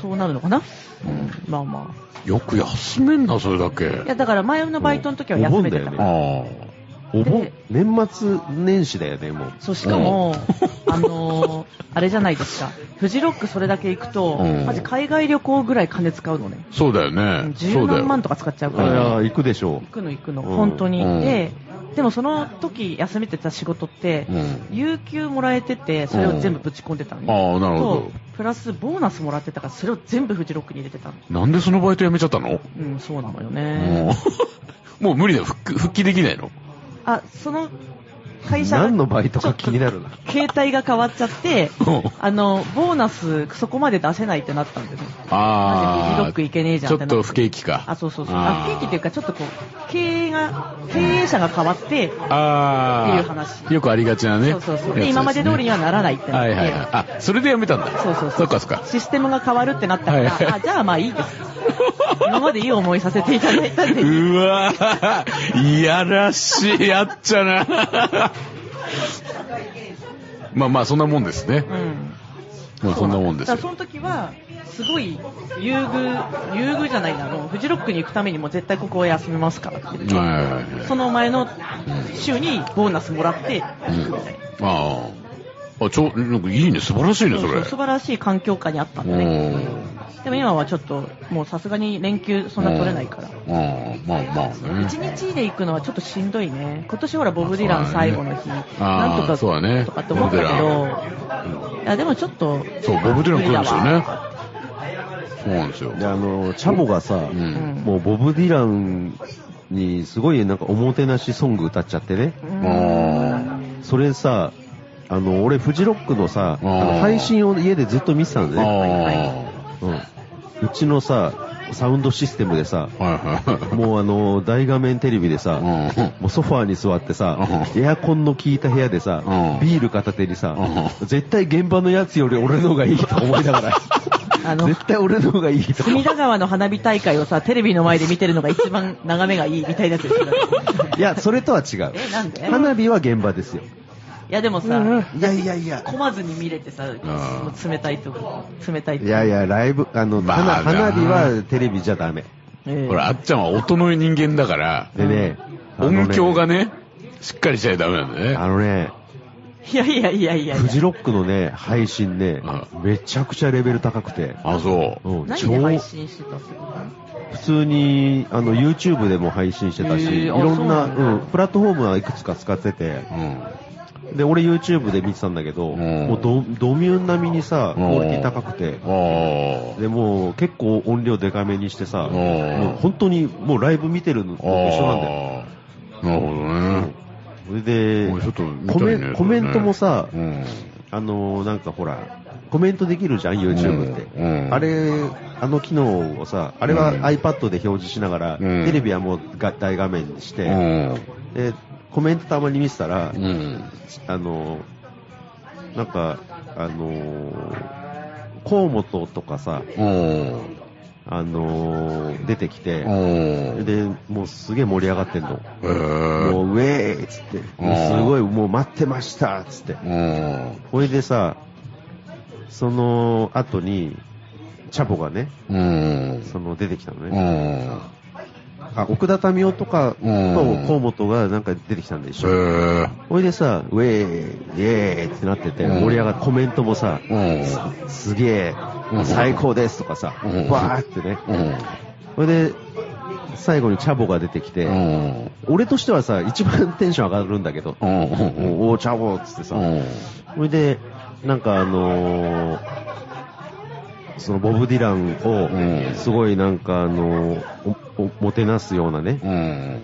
そうなるのかなうん、まあま
よく休めんな、それだけ。
あ。いや、だから前のバイトの時は休めてた
お盆だよ
か
ね
ら
あ。あ。
お盆
で、
年末年始だよね、もう。
そう、しかも、 あのーあれじゃないですか。フジロックそれだけ行くと、
うん
マジ海外旅行ぐらい金使うのね。
そうだよね。そ
10
うだよ。
何万とか使っちゃう
あ
か
れ
ら。
は行くでしょ
行くの行くの、
うん
本当に。
うん
で、でもその時休めてた仕事って
う、ん。
有給もらえてて、それを全部ぶち込んでたの
あ
ね。
あ、なるほ
と
ど。、
プラスボーナスもらってたから、それを全部フジロックに入れてたの。
なんでそのバイト辞めちゃったの
うん、そうなのよね。
もう、 もう無理だよ。復帰復帰できないの
あ、その
う。
会社、
何のバイトか気になるな。
携帯が変わっち ゃって、
うん
あの、ボーナス、そこまで出せないってなったんですよ。
ああ。
フジロック行けねえじゃん
ち
っ
ょ
てな
っ
って
と不景気か。
あ、そうそうそう。
あー
あ不景気っていうか、ちょっとこう、経営が、経営者が変わって、
ああ。
っていう話
よくありがちなね。
そうそうそう。
やつ
で、
すね
今まで通りにはならないってなっ
は
て、
いはいはい。あ、それで辞めたんだ。
そうそうそう
そっかそっか。
システムが変わるってなったから、
はいはい
あ、じゃあまあいいです。今までいい思いさせていただいたんで、
うわぁ、いやらしいやっちゃな。まあまあ、そんなもんですね
う。ん。
まあそんなもんですよ
だからその時は、すごい優遇、優遇じゃないな、あの、フジロックに行くためにも絶対ここは休みますからって言って
はいはいはい
その前の週にボーナスもらって、
うんああ。あ、ちょ、なんかいいね、素晴らしいね、そ
そうそ
れ。
う素晴らしい環境下にあったん
う
でね。
ん。
でも今はちょっと、もうさすがに連休そんな取れないから。
うん。まあまあね。
一日で行くのはちょっとしんどいね。今年ほらボブ・ディラン最後の日、
あ
なんとか
そうだね
とかって思ったけ
ボ
ど、いやでもちょっと、
そう、ボブ・ディラン来るんですよ
無理
ね
だわ。
そうなんですよ。
で、あの、チャボがさ、
うん
うん
もうボブ・ディランにすごいなんかおもてなしソング歌っちゃってね。
あ
それさ、あの、俺フジロックのさ、あ
あー
の配信を家でずっと見てたん
あ。あ
だ
あ。
ね。
は
うん。うちのさ、サウンドシステムでさ、
いはい。
もうあの、大画面テレビでさ、
うん。
もうソファーに座ってさ、エアコンの効いた部屋でさ
うん、
ビール片手にさ
う、
絶対現場のやつより俺の方がいいと思いなが
あ
ら、
の
絶対俺の方がいいと思
隅田川の花火大会をさ、テレビの前で見てるのが一番眺めがいいみたいなや つですよ
う。いや、それとは違う。
え、なんでい
花火は現場ですよ。
やでもさ、
いやいやいや。
混まずに見れてさ、もう冷たいとこ、冷たいとこ。
いやいや、ライブ、あの、
まあ
花花火
じ
はテレビじゃダメ。
ええ
ほら、あっちゃんは音の人間だから、
でね、あのね
音響がね、しっかりしちゃダメなんだね。
あのね、
いやいやいやいやい
フ
や。
ジロックのね、配信ね、めちゃくちゃレベル高くて、
あ、そう。
うん
何
超
で配
普
信してたってこ
通に、あの、YouTube でも配信してた
へ
し、
ー
い
あ
ろんな、
そうなんだ
うん、プラットフォームはいくつか使ってて、
うん。
で、俺 YouTube で見てたんだけど、
うん
もうド、ドミュン並みにさ、
うん
クオリティ高くて、
ああ。
で、もう結構音量デカめにしてさ、
うん
もう本当にもうライブ見てるのと一緒なんだよ。
ああなるほどね。
それで
もうちょっと見た
コメ
いね、
コメントもさ、
うん。
あのーなんかほら、コメントできるじゃん、YouTube って。
うんうん
あれ、あの機能をさ、あれは
うん
iPad で表示しながら、
うん
テレビはもうが大画面にし
う
て、
ん。
でコメントたまに見てたら、
うん。
あのーなんか、あのー河本とかさ、
うん。
あのー出てきて、
うん。
で、もうすげえ盛り上がってんの。
へー
もう、ウェーイっつって、もうすごい、もう待ってましたっつって。
うん。
ほいでさ、その後に、チャボがね、
うん。
その出てきたの
う
ね。
ん。
あ、奥田民生とかと
うん
河本がなんか出てきたんで一緒に。
へー
ほいでさ、ウェーイ、イエーイってなってて、
うん
盛り上がって、コメントもさ、
うん。
すげえ
う、ん
最高ですとかさ
うん、
わーってね。
うん。
ほいで、最後にチャボが出てき
う
て、
ん。
俺としてはさ、一番テンション上がるんだけど、
うん。う
お
ん。
ーおー、チャボっつってさ、
うん。
それで、なんかあのーそのボブ・ディラン
う
を、
ん
すごいなんかあのーおおもてなすようなね、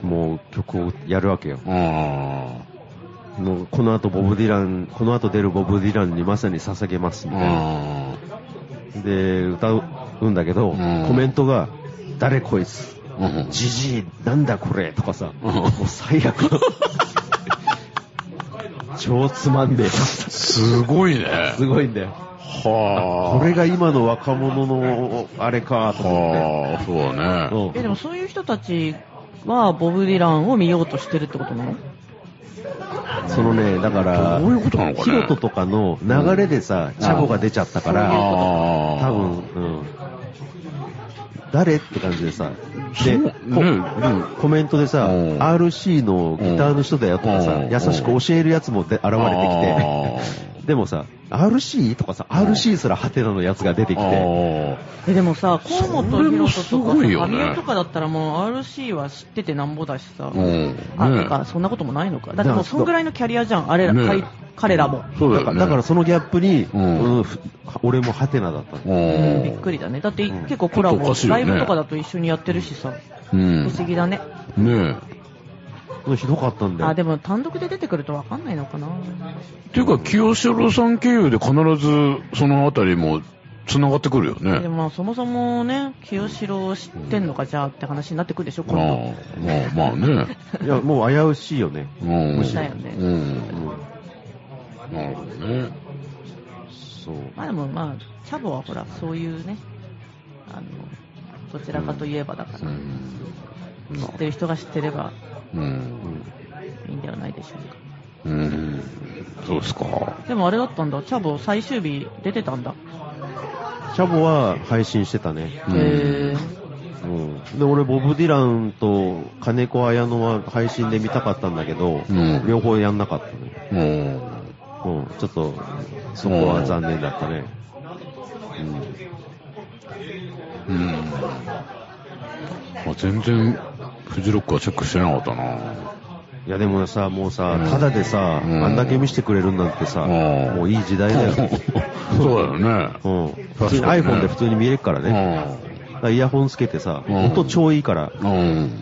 うん。
もう曲をやるわけよ。
うん。
もうこの後ボブ・ディラン、この後出るボブ・ディランにまさに捧げますみたいな。で、歌うんだけど、
ん
コメントが、誰こいつ、
うん。
じじい、なんだこれとかさ、
うん
もう最悪 の。超つまんで、す
すごいね。
ごいんだよ。
はあ。
これが今の若者のあれかと思
はあ、そうだね。
っ
え、
て。
でもそういう人たちはボブ・ディランを見ようとしてるってことなの
うんそのね、だから、
どういうことなのかね
ヒロトとかの流れでさ、チャボが出ちゃったから、
ああ。
多分、うん。誰って感じでさ、
そ
で、
う
こ
ねうん
コメントでさ、
うん
RC のギターの人だよとかさ、
うん
優しく教えるやつもで現れ
あ
てき て、でもさ、RC? とかさ、RC すらハテナのやつが出てきて、
あ
え、でもさ、河本
それも
ロ
す
トとか
ご
さ、
いよ
ア
ね
ミオとかだったらもう RC は知っててなんぼだしさ
あ。。うん。
あ、
ね
なんかそんなこともないのか。だってもうそんぐらいのキャリアじゃん、あれら、
ね
かい彼らも。
そうだ
だ
よ
か
ね。
らだからそのギャップに、
うん
うんふ俺もハテナだったの。
うん
うん。
びっくりだね。だって
うん
結構コラ
ちょっとお
ボ、
かしいよ
ラ
ね
イブとかだと一緒にやってるしさ、
うん。
不思議だね。
ね
ひどかったんだよ。
あ、でも単独で出てくるとわかんないのかな。
え。っていうか、清志郎さん経由で必ずそのあたりも繋がってくるよ
で
ね。
もまあそもそもね、清志郎を知ってんのかじゃあって話になってくるでしょ、
まあ
今、
まあ、まあね。
いや、もう危うしいよね。
うん。
度。だよね。
うん。
うん
なるほどね。
そう。
まあでもまあ、チャボはほら、そういうね、あの、どちらかといえばだから、
うん。
知ってる人が知ってれば
うん。
いいんではないでしょうか。
うん。そうですか。
でもあれだったんだ。チャボ最終日出てたんだ。
チャボは配信してたね。
うん
へ
うん。で、俺、ボブ・ディランと金子綾乃は配信で見たかったんだけど、
うん
両方やんなかったね。
も
うん。ちょっと、そこは残念だったね。
う、うん。あ、全然、フジロックはチェックしてなかったな。
いやでもさ、もうさ
う、ん
ただでさ、
うん
あんだけ見せてくれるんだってさ、
うん
もういい時代だよ。
そうだよね。
うん。普通に
確かにね
iPhone で普通に見れるからね。だからイヤホンつけてさ、
うん
音超いいから。
うん。うん。
うん。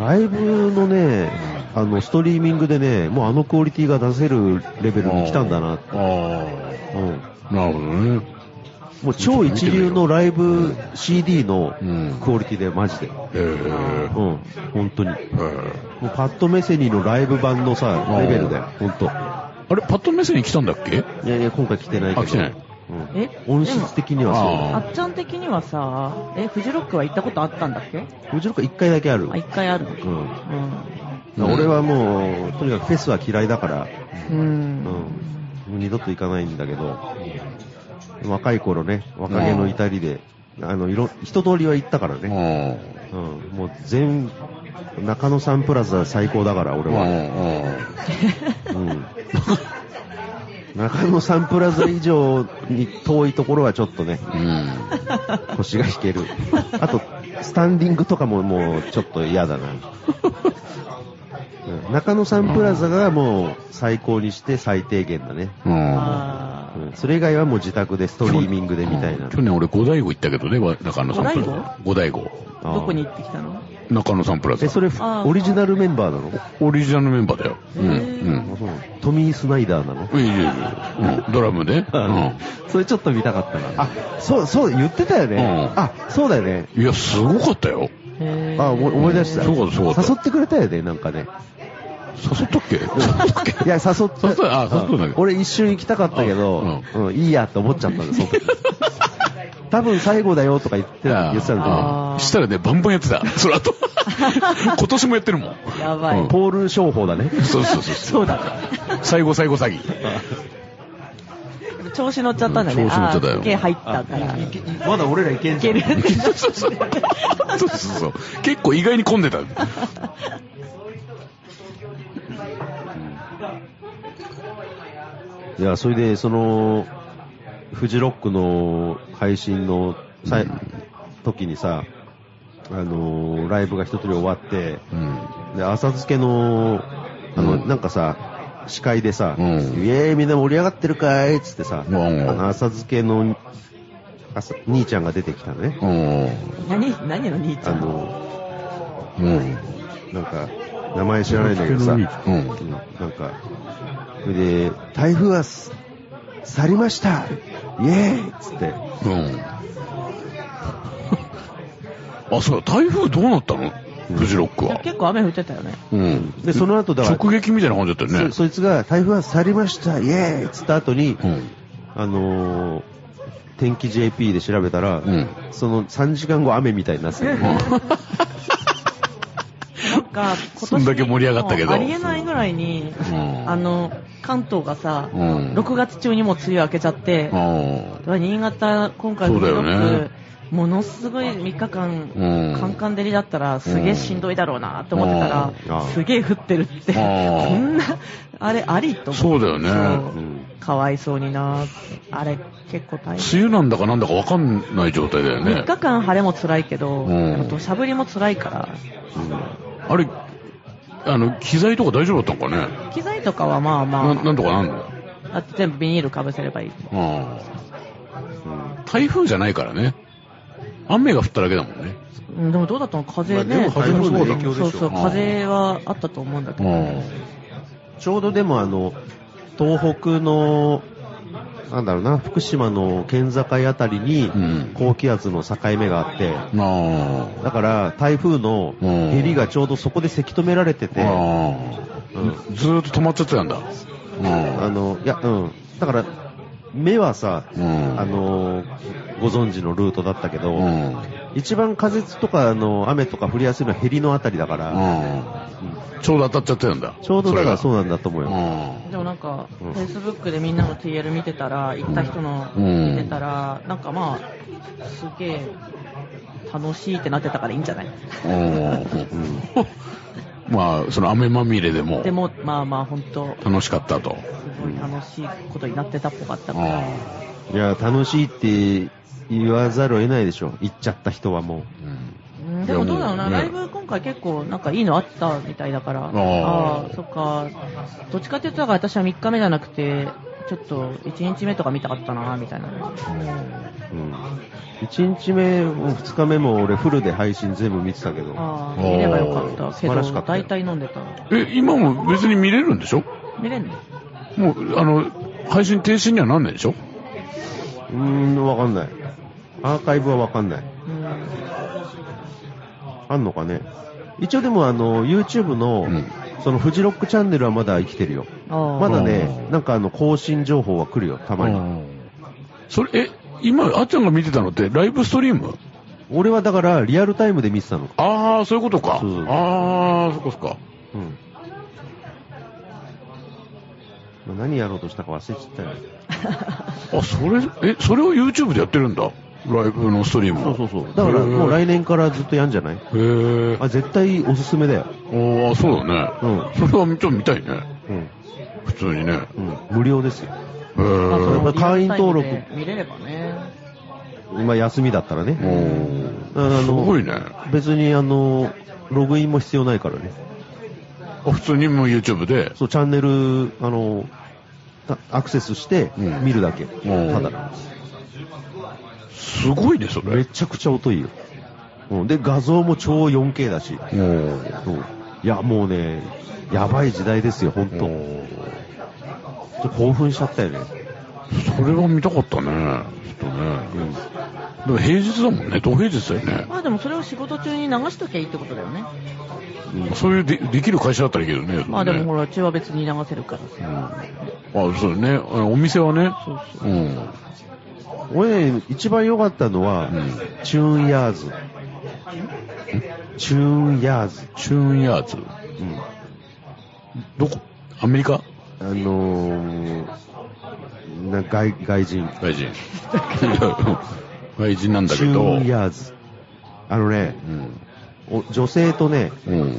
ライブのね、あの、ストリーミングでね、もうあのクオリティが出せるレベルに来たんだな。
ああ。
うん。
なるほどね。
もう超一流のライブ CD の
うん
クオリティで、マジで。
へえ
う。ん。本当に。
へえ。
もうパッドメセニーのライブ版のさ、レベルだよ、ほんと。
あれ、パッと目線に来たんだっけ
いやいや、今回来てないけど。
あ来てない
うん
え
音質的には
あ
あ
そ
っちゃん的にはさ、え、フジロックは行ったことあったんだっけ
うだ。フジロック一回だけある。
あ、一回ある
う
の
ん。だか
うん。
ら俺はもう、とにかくフェスは嫌いだから、う
う
ん。
ん。
もう二度と行かないんだけど、若い頃ね、若気の至りで、あの、いろ、一通りは行ったから
う
ね。
ん。
うん。もう全、中野サンプラザ最高だから、
う
俺
ん。
は。
うん。
うん。中野サンプラザ以上に遠いところはちょっとね、
うん。
腰が引ける。あと、スタンディングとかももうちょっと嫌だな。うん中野サンプラザがもう最高にして最低限だね。
うん。
あ
うんそれ以外はもう自宅でストリーミングでみたいな。
去年俺五大悟行ったけどね、わ中野サンプラザ。五大悟
ーどこに行ってきたの
中野サンプラザ
え、。それ
あー
オリジナルメンバーなの
オリジナルメンバーだよ。うん。
へ
うん
あそうなのトミー・スナイダーなの
いいよ。いいよいいようんドラムで。うん。
それちょっと見たかったな。あ、そう、そう、言ってたよね。
うん
あ、そうだよね。
いや、すごかったよ。
へー
あ、思い思い出した。
そうかそうか
誘ってくれたよね、なんかね。
誘ったっけ誘ったっけ
いや、誘って。
誘ったあ誘ったんだ
うん俺一瞬行きたかったけど、うん、いいやって思っちゃったんだ、その 時。多分最後だよとか言ってた、言ってたんだ
あー
したらね、バンバンやってた。その後。今年もやってるもん。
やばい。
けど。ポール商法だね。
そうそうそう。
そうだ。
最後最後詐欺。
調子乗っちゃったんだね。
調子乗っちゃったよ
あーすげえ入ったから。い
まだ俺らいけんじゃん。
けるってなっちゃったね
そうそうそう。結構意外に混んでた。
いや、それで、その、フジロックの配信のさ、時にさ、あのーライブが一通り終わって、
うん。
で、浅漬けの、あの、
うん
なんかさ、司会でさ、
うん
イエーイみんな盛り上がってるかいっつってさ、
うん
あの浅漬けの、朝兄ちゃんが出てきたのね。
うん。
何、 何の兄ち
あ
ゃん
の、
うん。
なんか、名前知らないんだけどさ、
う
うん
ん。
なんか、それで、台風はす去りましたイエーイっつって、
うん。あ、そうだ、台風どうなったのフジロックは。
結構雨降ってたよね。
うん。
で、その後だから、
直撃みたいな感じだったよ
そ
ね。
そいつが台風は去りました、イエーイっつった後に、
うん。
あのー、天気 JP で調べたら、
うん。
その3時間後雨みたいになってたよね
なんか、今
そんだけ盛り上がったけど
ありえないぐらいに、
うん
あの、関東がさ、
うん。
6月中にもう梅雨明けちゃって、
うん。
新潟、今回
そうだよね
フジロックものすごい3日間、
うん
カンカン照りだったら、すげえしんどいだろうなって思ってたら、
うんあー
すげえ降ってるって、こ
あー
んな、あれ、ありと
そ
思
うだよね。
そう
うん
う。かわいそうになあれ、結構大変。
梅雨なんだかなんだかわかんない状態だよ
3
ね。
日間晴れも辛いけど、
うん
やっぱ土砂降りも辛いから、
あれ、あの、機材とか大丈夫だったのかね
機材とかはまあま
な
あ、
なんとかなんだ。
だって全部ビニールかぶせればいい。
うん。台風じゃないからね。雨が降っただけだもんね。
うん、でもどうだったの風ね、
まあでも
台風の影響
でしょ
そうそう、風はあったと思うんだけど、
ちょうどでもあの、東北の、なんだろうな、福島の県境あたりに
うん、
高気圧の境目があって、
あ
だから台風の
うん
ヘリがちょうどそこでせき止められて
あ。
て、
あ
うん
あ。ずーっと止まっちゃってたんだ。
あの、いや、うん。だから、目はさ、
うん
あの、ご存知のルートだったけど、
うん。うん。
一番風とかあの雨とか降りやすいのはヘリのあたりだから、
うん。ちょうど当たっちゃってるんだ。
ちょうどだから
そ
そ
れ
うなんだと思うよ。
がうん
でもなんか、
う
フ
ん
ェイスブックでみんなの TL 見てたら、行った人の
うん
見てたら、なんかまあ、すげえ楽しいってなってたからいいんじゃない
うん。まあ、その雨まみれでも
でも、まあまあ、本当
楽しかったと。
すごい楽しいことになってたっぽかったか
う
ら、
いや、楽しいって言わざるを得ないでしょ。行っちゃった人はも
うん
うんでもどうだろうな、
いやも
ライ
うね
ブ今回結構なんかいいのあったみたいだから、
ー
ああー、そっか、どっちかっていうと、だから私は3日目じゃなくて、ちょっと1日目とか見たかったな、みたいな。
う。うん。1日目も2日目も俺フルで配信全部見てたけど。
ああ、
おー
見ればよかったけ
素晴らしか
ど、
ったよ
大体飲んでた。
え、今も別に見れるんでしょ
見れんの
もう、あの、配信停止にはなんないでしょ
うーん、わかんない。アーカイブはわかんない。
うん
あんのかね。一応でもあの、YouTube の、
うん
そのフジロックチャンネルはまだ生きてるよ。
ああ
まだ
う
ね
ん、
なんかあの、更新情報は来るよ、たまに。
それ、え、今、あっちゃんが見てたのってライブストリーム
俺はだから、リアルタイムで見てたの。
ああ、そういうことか。
そうそう
ああ、そっかそっか。
うん。まあ何やろうとしたか忘れちゃったよ。
あ、それ、え、それを YouTube でやってるんだ。ライブのストリーム
そうそうそう。だから、もう来年からずっとやんじゃない
へえ。
あ、絶対おすすめだよ。
ああ、そうだね。
うん
それはちょっと見たいね。
うん。
普通にね。へ
うん。無料ですよ。
え。
まあそれも
やっぱ会員登録
リアルタイムで見れればね。
まあ、休みだったら
お
ね。
ー
あ
す
の
ごいね。
別に、あの、ログインも必要ないからね。
あ普通にもう YouTube で。
そう、チャンネル、あの、たアクセスして、
うん
見るだけ。
ん
ただ。
すごいね、それ。
めちゃくちゃ音いいよ。うん。で、画像も超 4K だし。
おー
うん。いや、もうね、やばい時代ですよ、ほんと。ちょ
おー
っと興奮しちゃったよね。
それは見たかったね。ちょっとね。でも平日だもんね。同平日だよね。
まあでもそれを仕事中に流しときゃいいってことだよね。
そういうでできる会社だったらいいけどね。
まあでも
ね
ほら、うちは別に流せるからさ。
あ、そうね。あのお店はね。うん。
俺ね、一番良かったのは、チューンヤーズ。チューンヤーズ。
チューンヤーズ。
うん。
どこアメリカ
あのー、な外外人。
外人。外人なんだ
チ
け
ュ
ど。
ーンヤーズ。あのね、
うん。
お女性とね、
うん。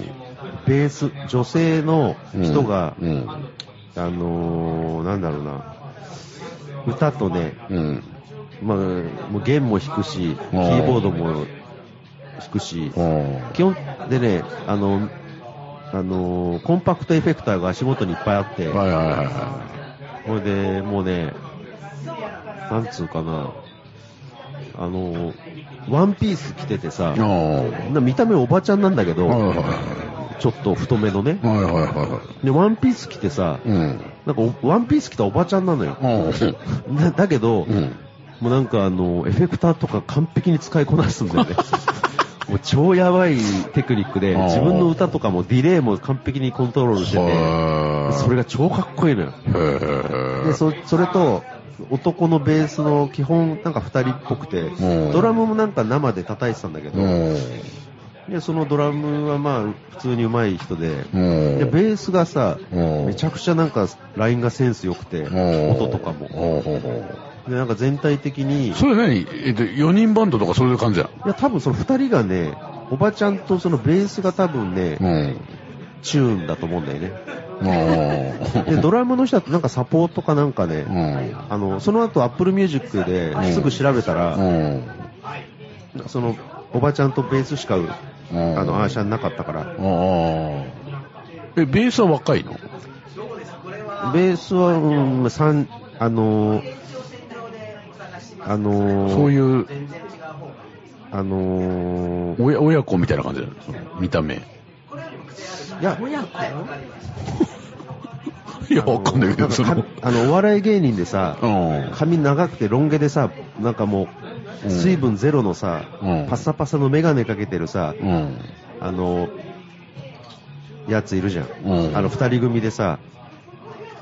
ベース、女性の人が、
うん。
あのー、なんだろうな、歌とね、
うん。
まあ、もう弦も弾くし、キーボードも弾くし、
うん。
基本でね、あの、あのーコンパクトエフェクターが足元にいっぱいあって、
はいはいはいは
これで、もうね、なんつうかな、あのーワンピース着ててさ
い。、あ
な見た目おばちゃんなんだけど、
あ。はいはい
ちょっと太めのね。
はい。はいはいは
で、ワンピース着てさ
い。、うん。
なんかおワンピース着たおばちゃんなのよ。
う
だだけど、
ん。うん。
もうなんかあの、エフェクターとか完璧に使いこなすんだよ ね。もう超やばいテクニックで、
あー
自分の歌とかもディレイも完璧にコントロールしてて、
は
それが超かっこいいのよ。
へ
で、そ、それと、男のベースの基本なんか二人っぽくて
う、ん
ドラムもなんか生で叩いてたんだけ
う
ど、
ん。
で、そのドラムはまあ普通に上手い人で、
うん。
で、ベースがさ、
うん
めちゃくちゃなんかラインがセンス良くて、
うん
音とかも。で、なんか全体的に、
それ何えっと、4人バンドとかそういう感じや。
いや、多分その二人がね、おばちゃんとそのベースが多分ね、
うん。
チューンだと思うんだよね。で、
う
ドラムの人だとなんかサポートかなんかね、
ん。
あの、その後 Apple Music
ん
ですぐ調べたら、
うん。
なんかその、おばちゃんとベースしか、
ん
あの、アーシャンなかったから、
ああ。え、ベースは若いの
ベースは、うん、三、あのー、あのー、
そういう、
あのー、
親、親子みたいな感じだよ。その見た目。い
いや、
親子
や、わかんないけ
な
ど、
ん
そ
かか
の。
あの、お笑い芸人でさ、
うん。
髪長くてロン毛でさ、なんかもう、水分ゼロのさ、
うん
パサパサのメガネかけてるさ、
うん。
あの、やついるじゃん。
うん
あの、二人組でさ、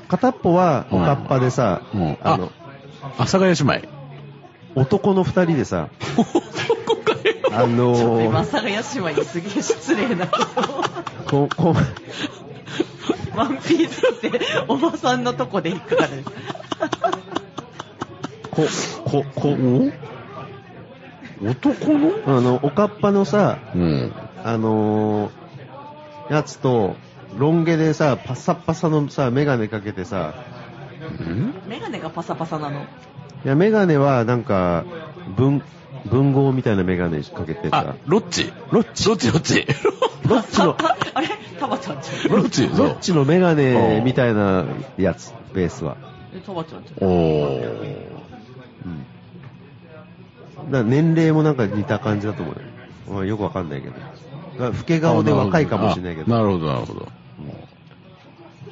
片っぽはおかっぱでさ、
うんうん
あの、
阿佐ヶ谷姉妹。
男の二人でさ、
男かよ。
あのー
ちょっと今、阿佐ヶ谷姉妹にすげえ失礼なこと
こ
を。
こ
ワンピースって、おばさんのとこで引っかかる。
こ、こ、こ、男のあの、おかっぱのさ、
うん。
あのーやつと、ロン毛でさ、パサッパサのさ、メガネかけてさ、
うん
メガネがパサパサなの。
いや、メガネはなんか、文、文豪みたいなメガネかけて
あ
さ、、
ロッチ。ロッチ。ロッチ、ロッ チ。
ロッチの、
あれタバちゃんじゃん。
ロッチ、そ
ロ
う
ッ。チのメガネみたいなやつ、ベースは。
えタバちゃんじゃん。
お
うん。
ー。
だから年齢もなんか似た感じだと思うよまあ。よくわかんないけど。だから老け顔で若いかもしれないけど。
あなるほど、なるほど。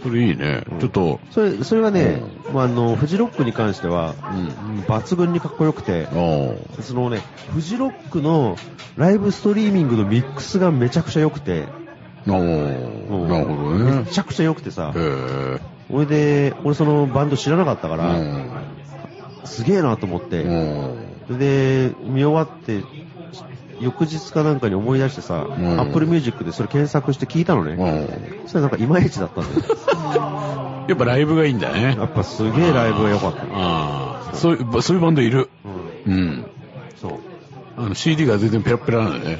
それいいね
う。ん
ちょっと、
それ、それはね、まあ、あの、フジロックに関しては、抜群にかっこよくて、
お
そのね、フジロックのライブストリーミングのミックスがめちゃくちゃ良くて、
お
うん
なるほどね
め。ちゃくちゃ良くてさ
へ、え。
俺で、俺そのバンド知らなかったか
う
ら、
ん
すげえなと思っ
う
て、
ん。
それで、見終わって、翌日かなんかに思い出してさ、
ん
Apple Music でそれ検索して聞いたのね。
うん
そしたらなんかいまいちだったん だよ。
やっぱライブがいいんだね
や。っぱすげえライブが良かった。
ああ。そういう、そういうバンドいる。
うん、
うん。
そう。
あの CD が全然ペラペラなんだね。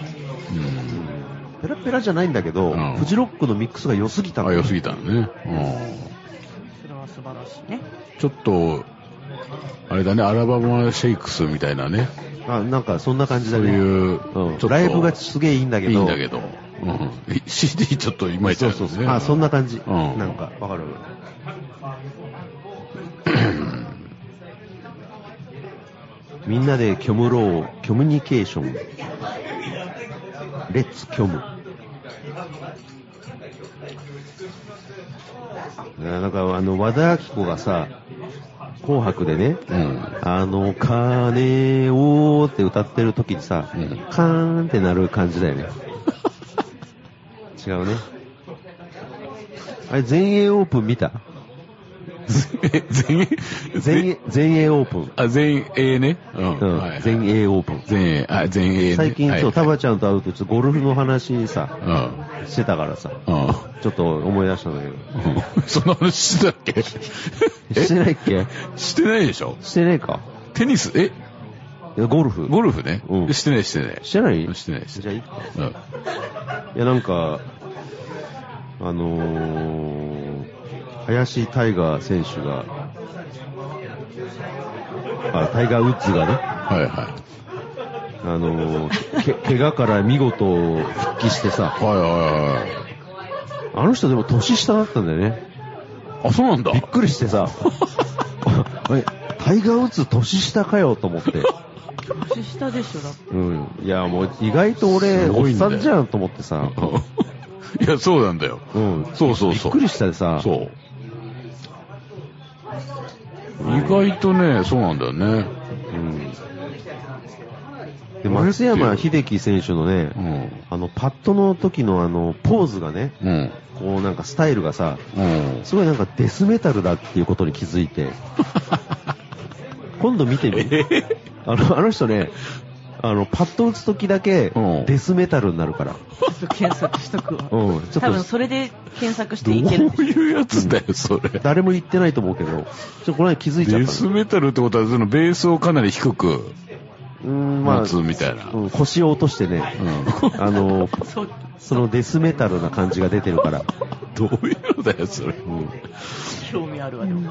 ペラペラじゃないんだけど、
うん
フジロックのミックスが良すぎた
うん。
の
あ、
よ
良すぎたのね。う
それは素晴らしいね。
ん。ちょっと、あれだね、アラバマシェイクスみたいなね。
あなんかそんな感じだ
そう
ね。
いう、
うん
ちょっと
ライブがすげえいいんだけど。
いいんだけど。うん。CD ちょっといまいち
そ
なん
う
で
そう
す
そう。
ね。
あ、そんな感じ。
うん
なんか、わか る。みんなで虚無ろう、虚無ニケーション。レッツ虚無。ななんか、あの、和田アキ子がさ、紅白でね、
うん。
あの、鐘をって歌ってる時にさ、
うん
カーンってなる感じだよね。違うね。あれ、全英オープン見た
え、 全員
全英、全英オープン。
あ、全英ね。うん。
うん
はい
全英オープン。
全英、あ、全英ね。
最近、そう、タ
たぶん。
バちゃんと会うと、ちょっとゴルフの話さ、
うん。
してたからさ、
うん。
ちょっと思い出したんだ
その話してたっけ
けど。
え
してないっけ
してないでしょ
してないか。
テニス、え
いやゴルフ
ゴルフね、
うん
してないしてない。
してない
してないして
じ
な
ゃ
い。
あいいか。
う
い
ん。
や、なんか、あのー、林タイガー選手が、あ、タイガー・ウッズがね、
はいは
あのー、け、 怪我から見事復帰して
い。
さ、
はいはいは
あの人でも年下だったんだよね。
い。あ、そうなんだ
び。っくりしてさ、あれタイガー・ウッズ年下かよと思って。
年下でしょ、だって。
うん。いや、もう意外と俺、
す
お
ご
っ
いんだ
さ
よ
んじゃんと思って さ、
いや、そうなんだよ。
うん。
そうそう
びっ
そう
く。りしたでさ、
そう。意外とね、そうなんだよね。
うんで松山秀樹選手のね、
うん。
あの、パットの時のあの、ポーズがね、
うん。
こうなんかスタイルがさ、
うん。
すごいなんかデスメタルだっていうことに気づいて、今度見てみ、あの、あの人ね、あの、パット打つ時だけ
うん、
デスメタルになるから。
ちょっと検索しとくわ。
うん、ちょ
多
っ
分
と、
それで検索して
どう
いける。
いうやつだよ、それ。
誰も言ってないと思うけど、ちょっとこの間気づいちゃ
デ
った
ス
の。
メタルってことは、そのベースをかなり低く
うん、まあ、
持つみたいな。
うん腰を落としてね、あの、
そう。
そのデスメタルな感じが出てるから。
どういうのだよ、それ。
うん
興味あるわ、でも。
い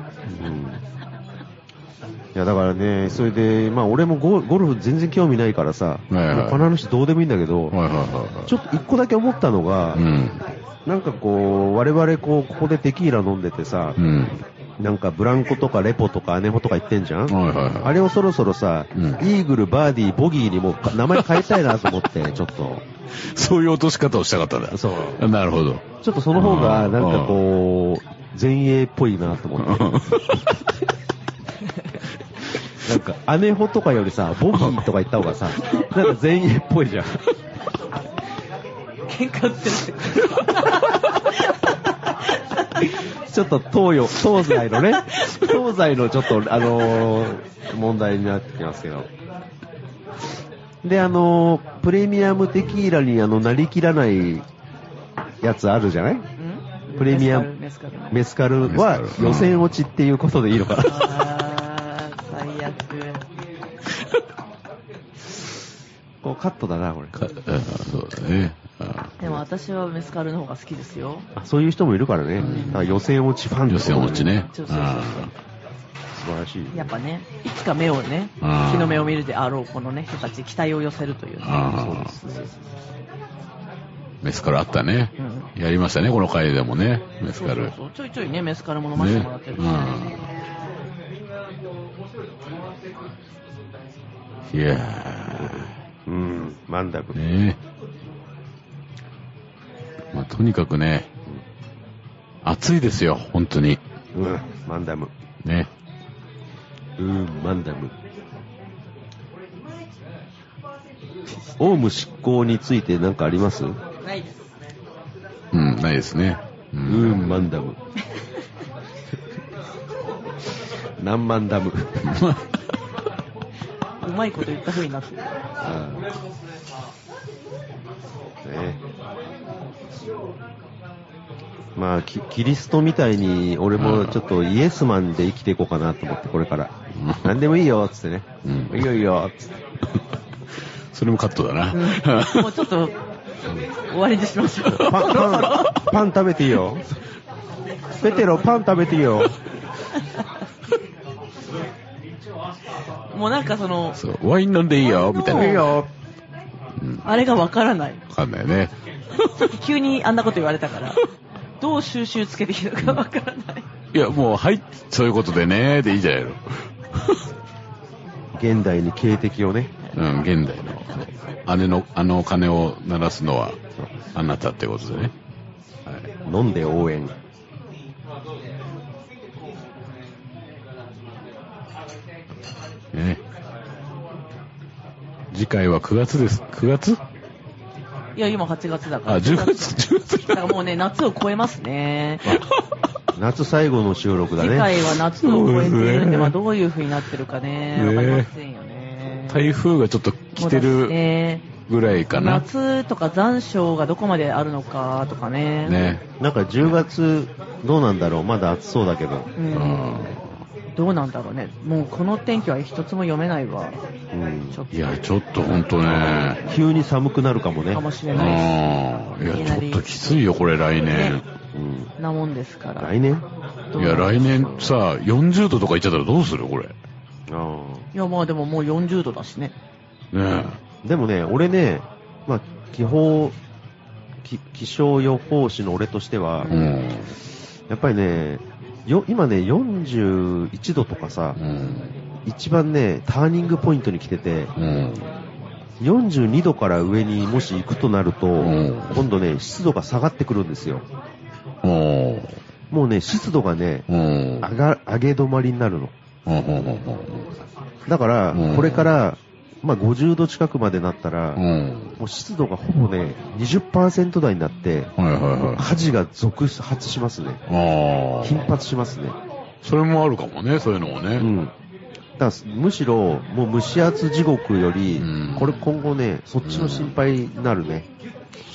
やだからね、それで、まあ俺もゴゴルフ全然興味ないからさ、
はいはい
もうこの話どうでもいいんだけど、
はいはいは
ちょっと一個だけ思ったのが、
い。うん。
なんかこう、我々こう、ここでテキーラ飲んでてさ、
うん。
なんかブランコとかレポとかアネホとか言ってんじゃん、
はいはいは
あれをそろそろさ、
うん
イーグル、バーディー、ボギーにもう名前変えたいなと思って、ちょっと。
い。そういう落とし方をしたかったんだ。
そう。
なるほど。
ちょっとその方が、なんかこう、前衛っぽいなと思 って。なんか、アネホとかよりさ、ボギーとか言った方がさ、なんか前衛っぽいじゃん。
喧嘩売ってるって。
ちょっと東洋、東西のね、東西のちょっと、あのー問題になってきますけど。で、あの、プレミアムテキーラにあの、なりきらないやつあるじゃない
ん
プレミアム
メスカルメスカル
メスカルは
メスカル
予選落ちっていうことでいいのかな。
あー最悪。
こうカットだな、これ。
かあそうだね。あ
でも私はメスカルの方が好きですよ。
あそういう人もいるからね。だから予選落ちファンってこ
予
と
選落ちね。
そうそうそう
あ
素晴らしい。
やっぱね、いつか目をね、
あー
日の目を見るであろうこのね、人たちに期待を寄せるというね。
ああ
そうそうそう
メスカルあったね
う。
やりましたね、この回でもね。メスカル。
そう
ね
そうそうちょいちょいね、メスカルも飲ませてもらってるし、
うんいや
うん、マンダ
ー、
ブ。
ねまあ、とにかくね、暑いですよ、本当に。
うん、マンダム。
ね。
うん、マンダム。オウム執行について何かありますう
ないです。
うん、ないですね。うん。
ん、マンダ ム。何万ダム。
うまいこと言った風になってる。
ああねえまあキ、キリストみたいに、俺もちょっとイエスマンで生きていこうかなと思って、これから。何でもいいよ、つってね。
うん
いいよいいよ、つって。
それもカットだな。
もうちょっと、終わりにしましょう。
パン、パン、パン食べていいよ。ペテロ、パン食べていいよ。
もうなんかその、
そう、ワイン飲んでいいよ、みたいな。
いいよ。
あれがわからない。
わかんないね。
さっき急にあんなこと言われたから、どう収集つけていいのかわからない。
いや、もう、はい、そういうことでね、でいいじゃないの。
現代に警笛をね。
うん、現代の、そう姉の、あの鐘を鳴らすのは、あなたってことでね。はい。
飲んで応援。
ね。次回は9月です。9月
いや、今8月だか
あ、
ら。
10月、10
だ
月。
からもうね、夏を超えますね。
夏最後の収録だ
次
ね。
回は夏を超えている
そうんですね
で、まあどういう風になってるかね、
ね
わかりませんよね。
台風がちょっと来て
そうだし
る
ね
ぐらいかな。
夏とか残暑がどこまであるのかとかね。
ね。
なんか10月、どうなんだろうまだ暑そうだけど。
う。
うんん。
どうなんだろうね。もうこの天気は一つも読めないわ。
うん
ちょっと
い。や、ちょっとほんとね。
急に寒くなるかもね。
かもし
う
れ
ん。い
ないし。
や、ちょっときついよ、これ、来年。
うん。
なもんですから。
来年
どう
い
な
や、
んでしょう
来年さ、40度とかいっちゃったらどうするこれ。ね
あ
いや、まあでももう40度だしね。
え。
あ。でもね、俺ね、まあ、気泡、き気象予報士の俺としては、
うん。
やっぱりね、よ、今ね、41度とかさ
う、ん。
一番ね、ターニングポイントに来てて、
うん。
42度から上にもし行くとなると、
ん
今度ね、湿度が下がってくるんですよ。
うん。
もうね、湿度がね、
うん。
上が、上げ止まりになるの。
うんうんうんうん
だから
うん、
これから、まあ、50度近くまでなったら、
うん。
もう湿度がほぼね、20%台になって、
はいはい
も
は
う
い。
火事が続発しますね。
あ
頻
あ。
発しますね。
それもあるかもね、そういうのも
う
ね。
ん。だからむしろ、もう蒸し暑地獄より、
うん
これ今後ね、そっちの心配になるね。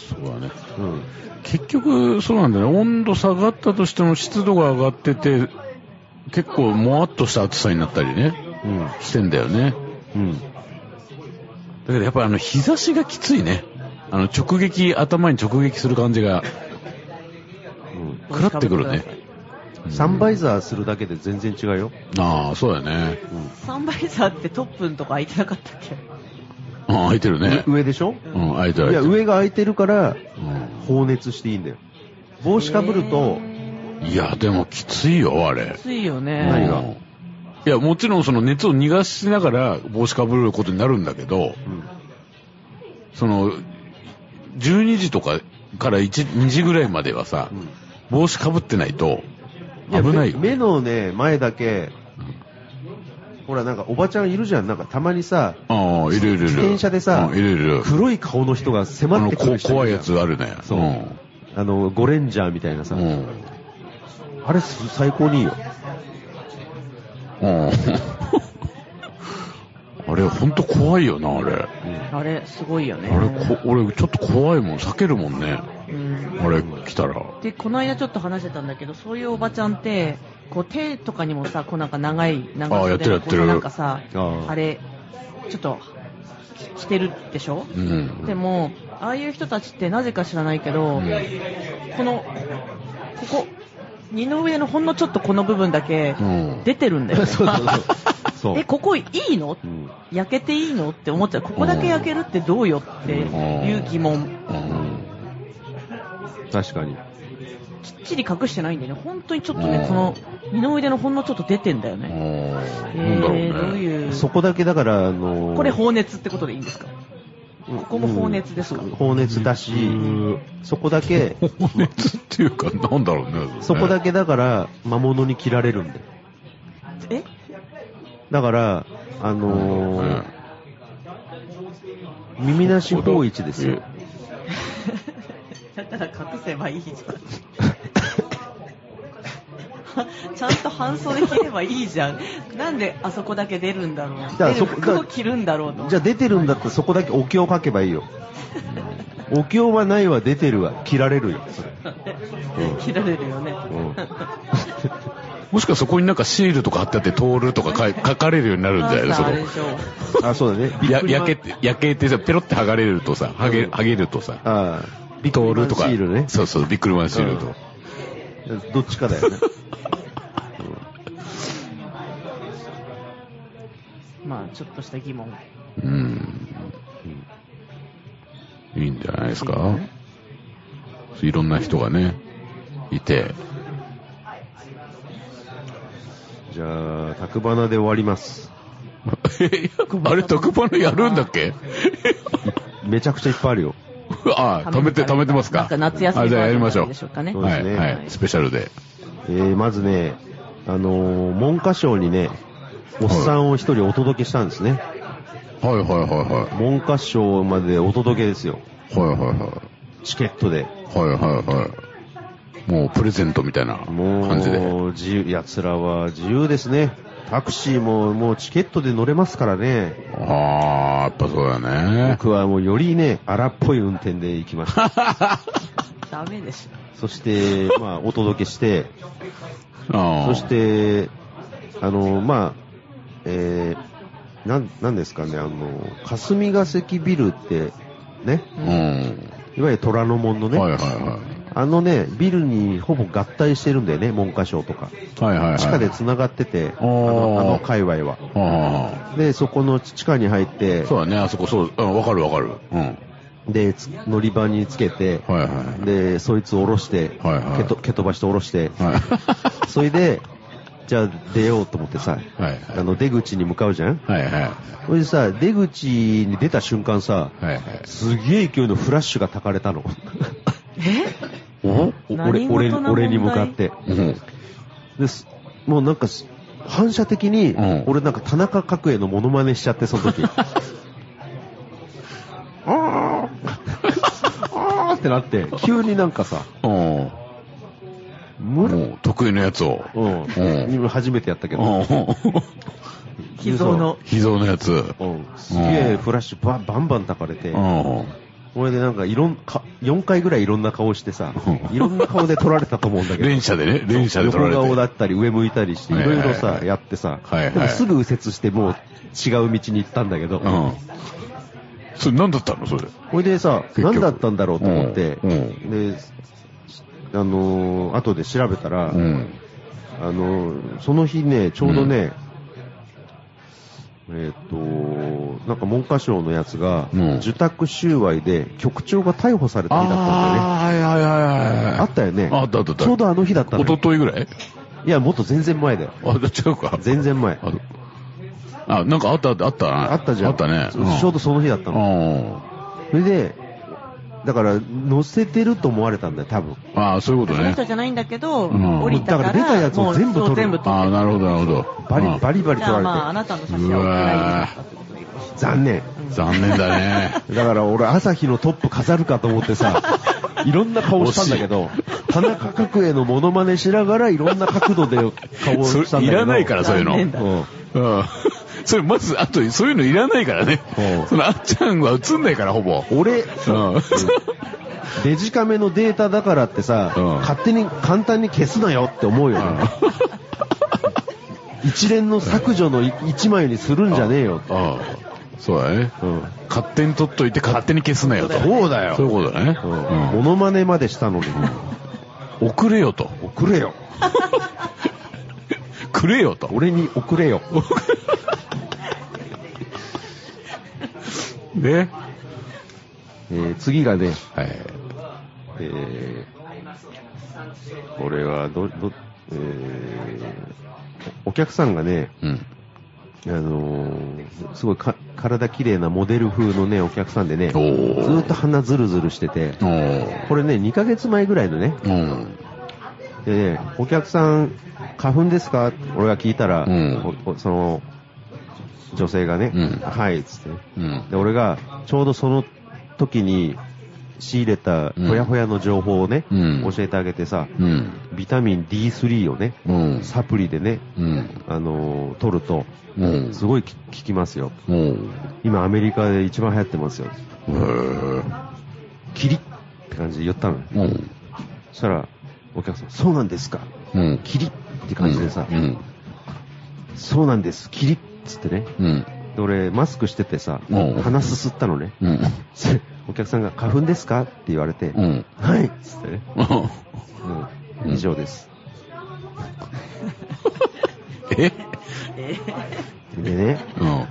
そうだね。
うん。
結局、そうなんだよね。温度下がったとしても湿度が上がってて、結構もわっとした暑さになったりね、
うん。
してんだよね。
うん。
だけどやっぱりあの日差しがきついね。あの直撃、頭に直撃する感じが、
うん。
食らってくるね。
サンバイザーするだけで全然違うよ。
ああ、そうだよね。
サンバイザーってトップンとか空いてなかったっけ
ああ、開いてるね。
上でしょ
うん、開いて
い
る
や、
開いてる。
上が空いてるから、
うん
放熱していいんだよ。帽子かぶると、
いや、でもきついよ、あれ。
暑いよ
何
ね。
が
うんいや、もちろんその熱を逃がしながら帽子かぶることになるんだけど、
うん。
その、12時とかから1 2時ぐらいまではさ、
うん
帽子かぶってないと
や
危ないよ。
目目のね、前だけ、ほら、なんかおばちゃんいるじゃん。なんかたまにさ、
ああ、いるいるいる。
自転車でさ
うんいるいる。
黒い顔の人が
あ
迫っ
の、
てく
こ
る
う
人いるじゃん
怖いや。つあるね。
そうんあの、ゴレンジャーみたいなさ、
うん。
あれす最高にいいよ。
うん。 あれ、ほんと怖いよな、あれ。
あれ、すごいよね。
あれ、こ、俺、ちょっと怖いもん、避けるもんね。
うん。
あれ、来たら。
で、この間ちょっと話してたんだけど、そういうおばちゃんって、こう手とかにもさ、こうなんか長い、長
あーやっ
袖
てるや
の
ってる
こうなんかさ、
あー
あれ、ちょっと、き着てるでしょ
うん。
でも、ああいう人たちってなぜか知らないけど、
うん
この、ここ、二の上のほんのちょっとこの部分だけ
うん
出てる んだよ、ね。
そうそうそう。 そう
え、ここいいの
うん
焼けていいのって思っちゃう。ここだけ焼けるってどうよっていう疑問。
うん確かに。
きっちり隠してないんだよね。本当にちょっとね、この二の腕のほんのちょっと出てんだよ
うん
ね。え
なんだろう
ー、どう
ね。
いう。
そこだけだから、あのー
これ放熱ってことでいいんですか
うん
ここも放熱ですか
うん放熱だし、そこだけ、
放熱っていうか、なんだろうね。
そこだ
け。
けだから、魔物に切られるんだよ。
え
だから、あのー耳なし方一ですよ。
だったら隠せばいいじゃん。はちゃんと半袖着ればいいじゃん。なんであそこだけ出るんだろう。
じゃあ
出る
そこ
服を着るんだろうと。
じゃあ出てるんだったらそこだけお経を書けばいいよ。お経はないわ、出てるわ、切られるよ、それ。
着られるよね。
うん
もしかそこになんかシールとか貼ってあって、通るとか書い書かれるようになるんじゃない
あ
の
ー
そ
さあ
の
あれでしょ
あ、そうだね。び
や、焼けて、焼けてさ、ペロって剥がれるとさ、剥げ、剥げるとさ、
あ
ビトールとか、
ビックリマンシールね
そうそう、ビックリマンシール
う
と。
あ、どっちかだよ ね。
まあ、ちょっとした疑問。
うん。いいんじゃないですか。いろんな人がね、いて。
じゃあ、卓花で終わります。
え あれ、特番のやるんだっけ
めちゃくちゃいっぱいあるよ。
ああ、貯めて、貯めてますか。
なんか夏休み
あじゃあやりましょ
バージョンなんでし
そ
う。
ょうかね
うで
は
す
い、
ね
はい、スペシャルで。
えー、まずね、あのー文科省にね、おっさんを一人お届けしたんですね。
はいはいはいは
文科省までお届けですよ。
い。はいはいはい。
チケットで。
はいはいはい。もうプレゼントみたいな
も
感じで。
う、自由、奴らは自由ですね。タクシーももうチケットで乗れますからね。
ああ、やっぱそうだね。
僕はもうよりね、荒っぽい運転で行きま した。
ダメでし
そして、まあ、お届けして、
あ
そ
あ。
して、あの、まあ、えー、なん、なんですかね、あの、霞ヶ関ビルって、ね、
うん。
いわゆる虎ノ門のね、
はいはいはい。
あのね、ビルにほぼ合体してるんだよね、文科省とか。
はいはいはい。
地下で繋がってて、あ
おー
の、あの界隈は。
あ
で、そこの地下に入って
あ。、そうだね、あそこそう。うんわかるわかる。うん。
で、つ乗り場につけて、
はいはい。
で、そいつ下ろして、
はいはい
蹴と蹴飛ばして下ろして、
はい。
それで、じゃあ出ようと思ってさ、
はい
あの、出口に向かうじゃん
はいはい。
それでさ、出口に出た瞬間さ、
はいはい。
すげえ勢いのフラッシュが焚かれたの。
お
お
何
俺、
事
俺、
な問題
俺に向かって。
うん。
です。もうなんかす、反射的に、
うん
俺なんか田中角栄のモノマネしちゃって、その 時。あーあーってなって、急になんかさ、
うん。
無
も
理。
う得意のやつを。
うん。
うん
今初めてやったけ
う
ど。
ん。
ょ。秘蔵の。
秘蔵のやつ。
うん。すげえフラッシュバンバンバン焚かれて
う。ん。
これでなんかいろんか、4回ぐらいいろんな顔してさ、いろんな顔で撮られたと思うんだけど。
連射でね、連射で撮ら
横
れて。
顔だったり上向いたりして、い
はいは
ろ
い
い
はい
ろさ、やってさ
はいはい、
でもすぐ右折してもう違う道に行ったんだけど、
うん。それ何だったのそれ。
これでさ、
結局
何だったんだろうと思って、
うん
で、あのー後で調べたら、
うん。
あのーその日ね、ちょうどね、えーっ、と、なんか文科省のやつが、
うん
受託収賄で局長が逮捕された日だったんだよね。
ああ、はいはいはいはい。
あったよね。
あったあったあった
ちょうどあの日だったの
おと
よ。
といぐらい
いや、もっと全然前だよ。
あ、違うか。
全然前。
ああ、なんかあったあったあったな
あったじゃん。
あったね。
そうちょうど
ど
その日だった
う
の。
ん。
それで、だから、乗せてると思われたんだよ、多分。
ああ、そういうこ
そ
と
の
ね
人。じゃないんだけど、
うん
降りたから、
だから出たやつを全部
もう
取る
全部取
ああ、
る。
なるほどなるほど。
バリ、
うん
バリバリ取
じゃあ
られ
まあ、あ
て
なたの差しは送られなかったってことでよろしい
る。残念。
残念だ ね。
だから俺、朝日のトップ飾るかと思ってさ、 いろんな顔したんだけど、田中角栄のモノマネしながらいろんな角度で顔を
そ
したんだけど。
れいらないから、そういうの。
残念
う
だ
うん
ん。それまず、あと、そういうのいらないからね
うん。
そのあっちゃんは映んないから、ほぼ。
俺、
うん。
デジカメのデータだからってさ、
うん
勝手に簡単に消すなよって思うよね。 一連の削除のい一枚にするんじゃねえよって。
ああ、そうだね。
うん。
勝手に取っといて勝手に消すなよと。
そうだ
そういう
よ。
ことだね。
う
うん
ん。モノマネまでしたのに、
送れよと。
送れよ。
くれよと。
俺に送れよ。
ね。
えー次がね、
はい。
えーこれはど、ど、えーお客さんがね、
うん。
あのーすごいか体綺麗なモデル風のね、お客さんでね、ず
おー
ーっと鼻ズルズルしてて、
おー
これね、2ヶ月前ぐらいのね、
うん。
でねお客さん、花粉ですかって俺が聞いたら、
うん
おおその、女性がね、
うん
はい、つってね。
うん。
で、俺が、ちょうどその時に仕入れた、ほやほやの情報をね、
うん
教えてあげてさ、
うん。
ビタミン D3 をね、
うん。
サプリでね、
うん。
あのー取ると、
うん。
すごいき効きますよ。
うん。
今アメリカで一番流行ってますよ。
へー
キリって感じで言ったのよ。
うん。
そしたら、お客さん、そうなんですか
うん。
キリって感じでさ、
うん。
そうなんです、キリっつってね。
うん。
で、俺、マスクしててさ
うん、
鼻すすったのね。
うん。
お客さんが、花粉ですかって言われて、
うん。
はいっつってね。
う
う
ん
ん以上です。
え
でね、
うん。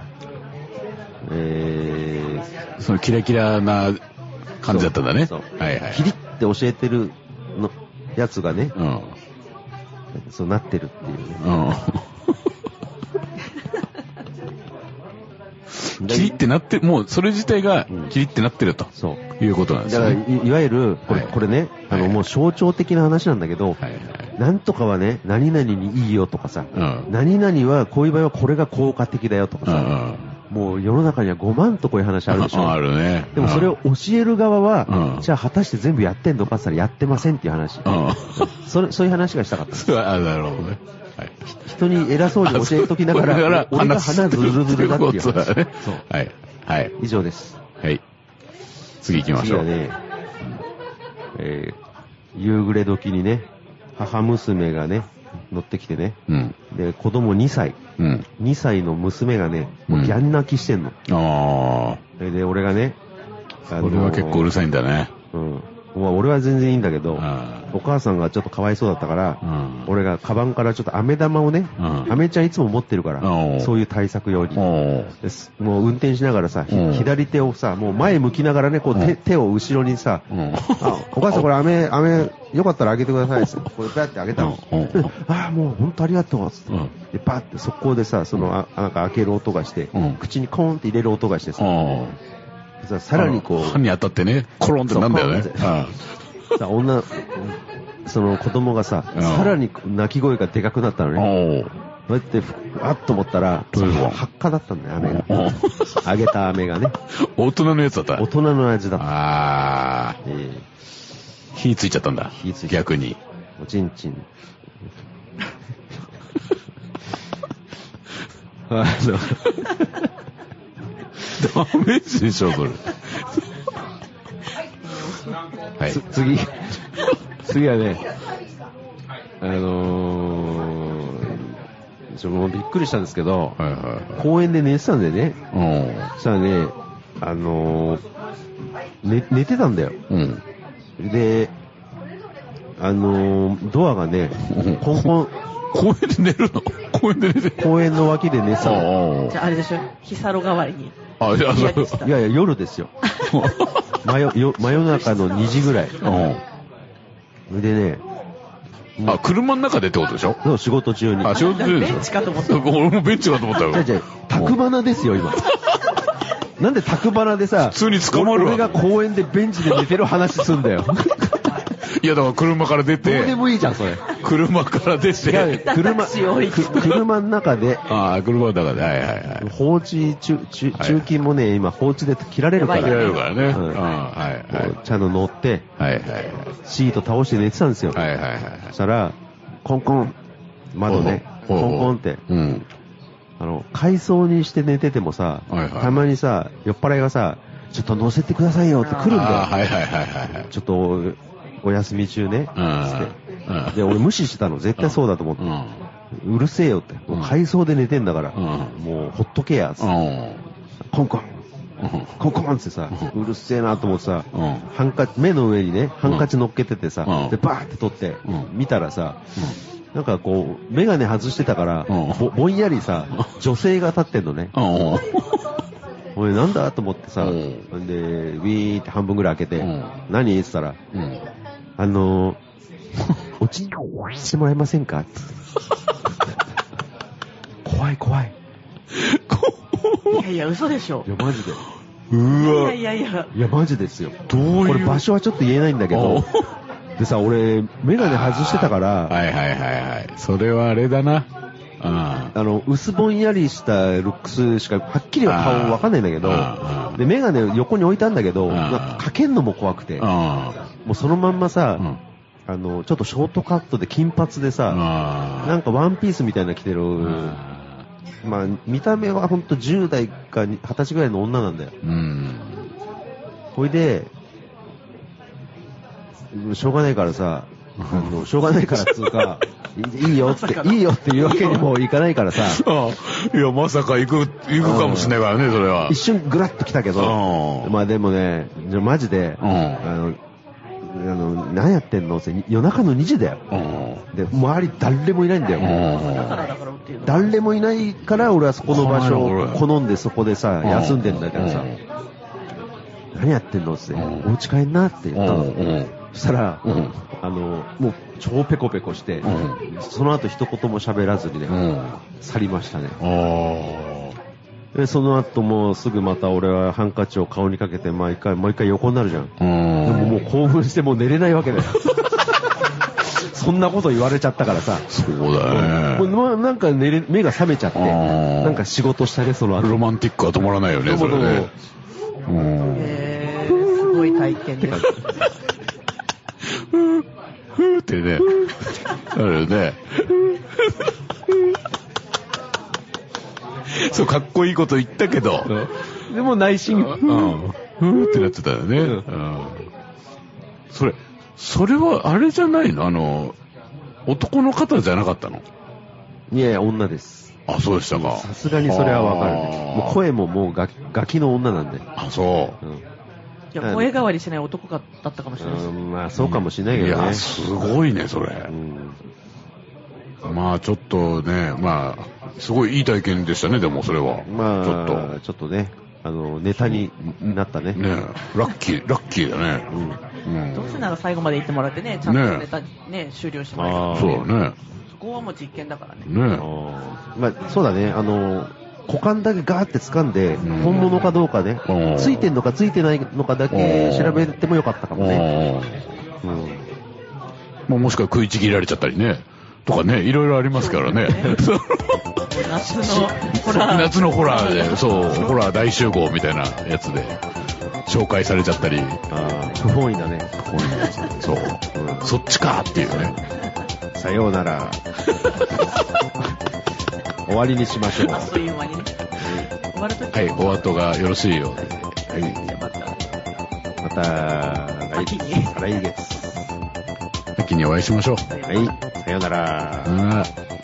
え
そのキラキラな感じだったんだね。
そう
はいは
ー、
い。
キリって教えてるの、やつがね、
うん。
そうなってるっていうね。
うん。キリってなって、もうそれ自体が
うん
キリってなってると
そう。
いうことなんで
だ
す
から、い
ね。
いわゆる、これ、
はい
これね、あの、
はい
もう象徴的な話なんだけど、
はいはい。
なんとかはね、何々にいいよとかさ、
うん。
何々は、こういう場合はこれが効果的だよとか
う
さ、
んうん。
もう世の中には5万とこういう話あるでし
あ
ょ。
るね。
でもそれを教える側
う
は
ん、
じゃあ果たして全部やってんのかって言ったらやってませんっていう話。
うん。 うん。
それそういう話がしたかった。
それは、あ、なるほどね。はい。
人に偉そうに教えときなが
あそうだ
ら、俺が
話す
鼻ずるずるだっていう
ことだ
話
ね。
そう。
はい。はい。
以上です。
はい。次行きまし
次
ょ
は
う。
ね、えー夕暮れ時にね、母娘がね、乗ってきてね、
うん。
で、子供2歳、
うん。
2歳の娘がね、もうギャン泣きしてんの。
あ
でで、俺がね、あ
あ。
の
こ
ー
れは結構うるさいんだね。
うん。まあ、俺は全然いいんだけど、
あ
お母さんがちょっとかわいそうだったから、
あ。
俺がカバンからちょっと飴玉をね、
うん
飴ちゃんいつも持ってるから
お、う
そういう対策用
うん。
に。
おー
ですもう運転しながらさ、ひ
うん
左手をさ、もう前向きながらね、こう
う
手
ん
手を後ろにさ、
うん。
あ、お母さんこれ飴、飴、よかったらあげてくださいっつってこれバってあげたの。
うんうん
ああ、もう本当ありがとうっつって
うん。
で、バって速攻でさ、その、あなんか開ける音がして
うん、
口にコーンって入れる音がしてさ、
あ
ささらにこ
歯に当たってね、コロンってなんだよね
そう。コ
あ
う、さ女、その子供がさ、
うん
さらに泣き声がでかくなったの
あ。
ね。
おー
こうやってふ、あっと思ったら、
どういうこと
発火だったんだよ、飴が。
お
揚げた飴がね。
大人のやつだった
大。人の味だった。
ああ。
えー
火ついちゃったんだ。
火ついちゃった
逆に。
おちんちん。あの、
ダ メージでしょ、それ。はい
つ。次、次はね、あのー、ちょもうびっくりしたんですけど、
はいは
公園で寝てたんでね、
いは
そしたらね、あのー、寝寝てたんだよ。
い。うん。うん。
で、あのー、ドアが ね
うん、
コンコン、
公園で寝るの公園で寝てる。
公園の脇で寝てたの。
あ
じゃああれでしょ、ヒサロ代わりに。
あ。あ、じゃあ、
い
そ
や
う。
いやいや、夜ですよ。真夜よ真夜中の2時ぐらい。
う
でね、
ん。あ、車の中でってことでしょ
そう仕事中に。
あ、仕事中でしょ
ベンチかと思った
俺もベンチかと思ったよ。
じゃあじゃあ宅花です よ、今。なんで宅花でさ、
普通に捕まるわ
俺が公園でベンチで寝てる話すんだよ。
いや、だから車から出
どうで
て、
もいいじゃん、それ。
車から出
違うよ
て、
車、
タクシー降りて
く車の中で、
ああ、車の中で、はいはいはい。
放置中、中、
はい
中勤もね、今放置で切られるから。
やば
切
い
ら
よ
れるからね。
うん
うんはいはい。
こうちゃんと乗って、
はいはい
シート倒して寝てたんですよ。
はい。はいはいはい。
そしたら、コンコン、窓ね、
ほ
コ
う
ン
ほう
コンって、
うん。
あの、海藻にして寝ててもさ、
はいはい
たまにさ、酔っ払いがさ、ちょっと乗せてくださいよって来るんだよ。
あーはいはいはいはい。
ちょっと、お休み中ね。
うん
つってで、俺無視してたの、絶対そうだと思って
う。ん。
うるせえよって。もう海藻で寝てんだから。
うん
もう、ほっとけや。つってコンコン、コンコンってさ、うるせえなと思ってさ、
うん
ハンカチ、目の上にね、ハンカチ乗っけててさ、
うん
で、バーって取って、
うん
見たらさ、なんかこう、メガネ外してたから、
うん
ぼぼんやりさ、女性が立ってんのね。
うん。うん。
俺なんだと思ってさ、
うん
ん、で、ウィーって半分ぐらい開けて、
うん
何って言ったら、
うん。
あのー、 おちんこしてもらえませんかって怖い怖い。
いやいや、嘘でしょ
い。や、マジで。
う
い
わ
や、いやいや、
いや、マジですよ。
どういう。
これ場所はちょっと言えないんだけ
お
ど、でさ、俺、メガネ外してたから、
はいはいはいはい。それはあれだな。うん。
あの、薄ぼんやりしたルックスしか、はっきりは顔わかんないんだけど
あー、
で、メガネ横に置いたんだけど、
あー
なんかかけんのも怖くて、も
あ
うそのまんま
あ。
さ
う、ん。
あの、ちょっとショートカットで金髪でさ、
ああ。
なんかワンピースみたいなの着てる、まあ、見た目はほんと10代か20歳ぐらいの女なんだよ。
うん。
ほいで、うんしょうがないからさ、あ の、しょうがないからっつうか、いいいよっつって、いいよっていうわけにもいかないからさ、
ああ。いや、まさか行く、行くかもしれないからね、それは
一。瞬グラッと来たけど、
うん。
まあでもね、じゃあマジで、
う
あ
ん
の、あの、何やってんのって夜中の2時だよ。
うん。
で、周り誰もいないんだよ。
うん
だからだからっていうの。
誰もいないから俺はそこの場所を好んでそこでさ、
うん
休んでんだけどさ
うん、
何やってんのっつって、
うん
お家帰んなって言ったの。
うん
そしたら、
うん
あの、もう超ペコペコして、
う
その後一言も喋らずにね、
うん。
去りましたね。
あ
で、その後もうすぐまた俺はハンカチを顔にかけて毎回、毎回横になるじゃん。
あ。う
でも
ん。
もう興奮してもう寝れないわけ だよ。そんなこと言われちゃったからさ。
そうだ
もう
ね。
ななんか寝れ、目が覚めちゃって、
あー
なんか仕事したね、その後。
ロマンティックは止まらないよね、それね。うん。
えー、すごい体験です。
ふーってね。あるよね。そう、かっこいいこと言ったけど。
でも内心、
うん。ふーってなってたよね。うん。それ、それはあれじゃないのあの、男の方じゃなかったの
いやいや、女です。
あ、そうでしたか。
さすがにそれはわかる
あ
ね。
ー
もう声ももうガキガキの女なんで。
あ、そ
うん
いや、声変わりしない男だったかもしれないです。
うん、まあそうかもしれ
う。
ない
い
けどね
や、。すごいね、それ
う。ん
まあ、ちょっとね、まあ、すごいいい体験でしたね、でも、それは。
まあ、
ち
ち
ょ
ょ
っ
っ
と
と。ね、あの、ネタになったね。
ねラッキー、ラッキーだね。うん
どうせなら最後まで行ってもらってね、ちゃんとネタ、ね、終了してもらえば
あー
そうだね。
そこはもう実験だからね。
あ
ね
ーまあ、そうだね、あの、股間だけガーって掴んで、
うん
本物かどうかね
うん、
ついてんのかついてないのかだけ調べてもよかったかもね。うん
まあ、もしくは食いちぎられちゃったりね。とかね、いろいろありますからね。そう
夏のホラー。
夏のホラーで、そう、ホラー大集合みたいなやつで、紹介されちゃったり、
あー不本意だね。
そう、そっちかっていうね。
さような ら。終わりにしましょう。
あっという間にね。終わるとき
はい、お後がよろしいようで。はい。
また、
また来
秋に
再来月。
秋にお会いしましょう。
はい、さようなら。
さよなら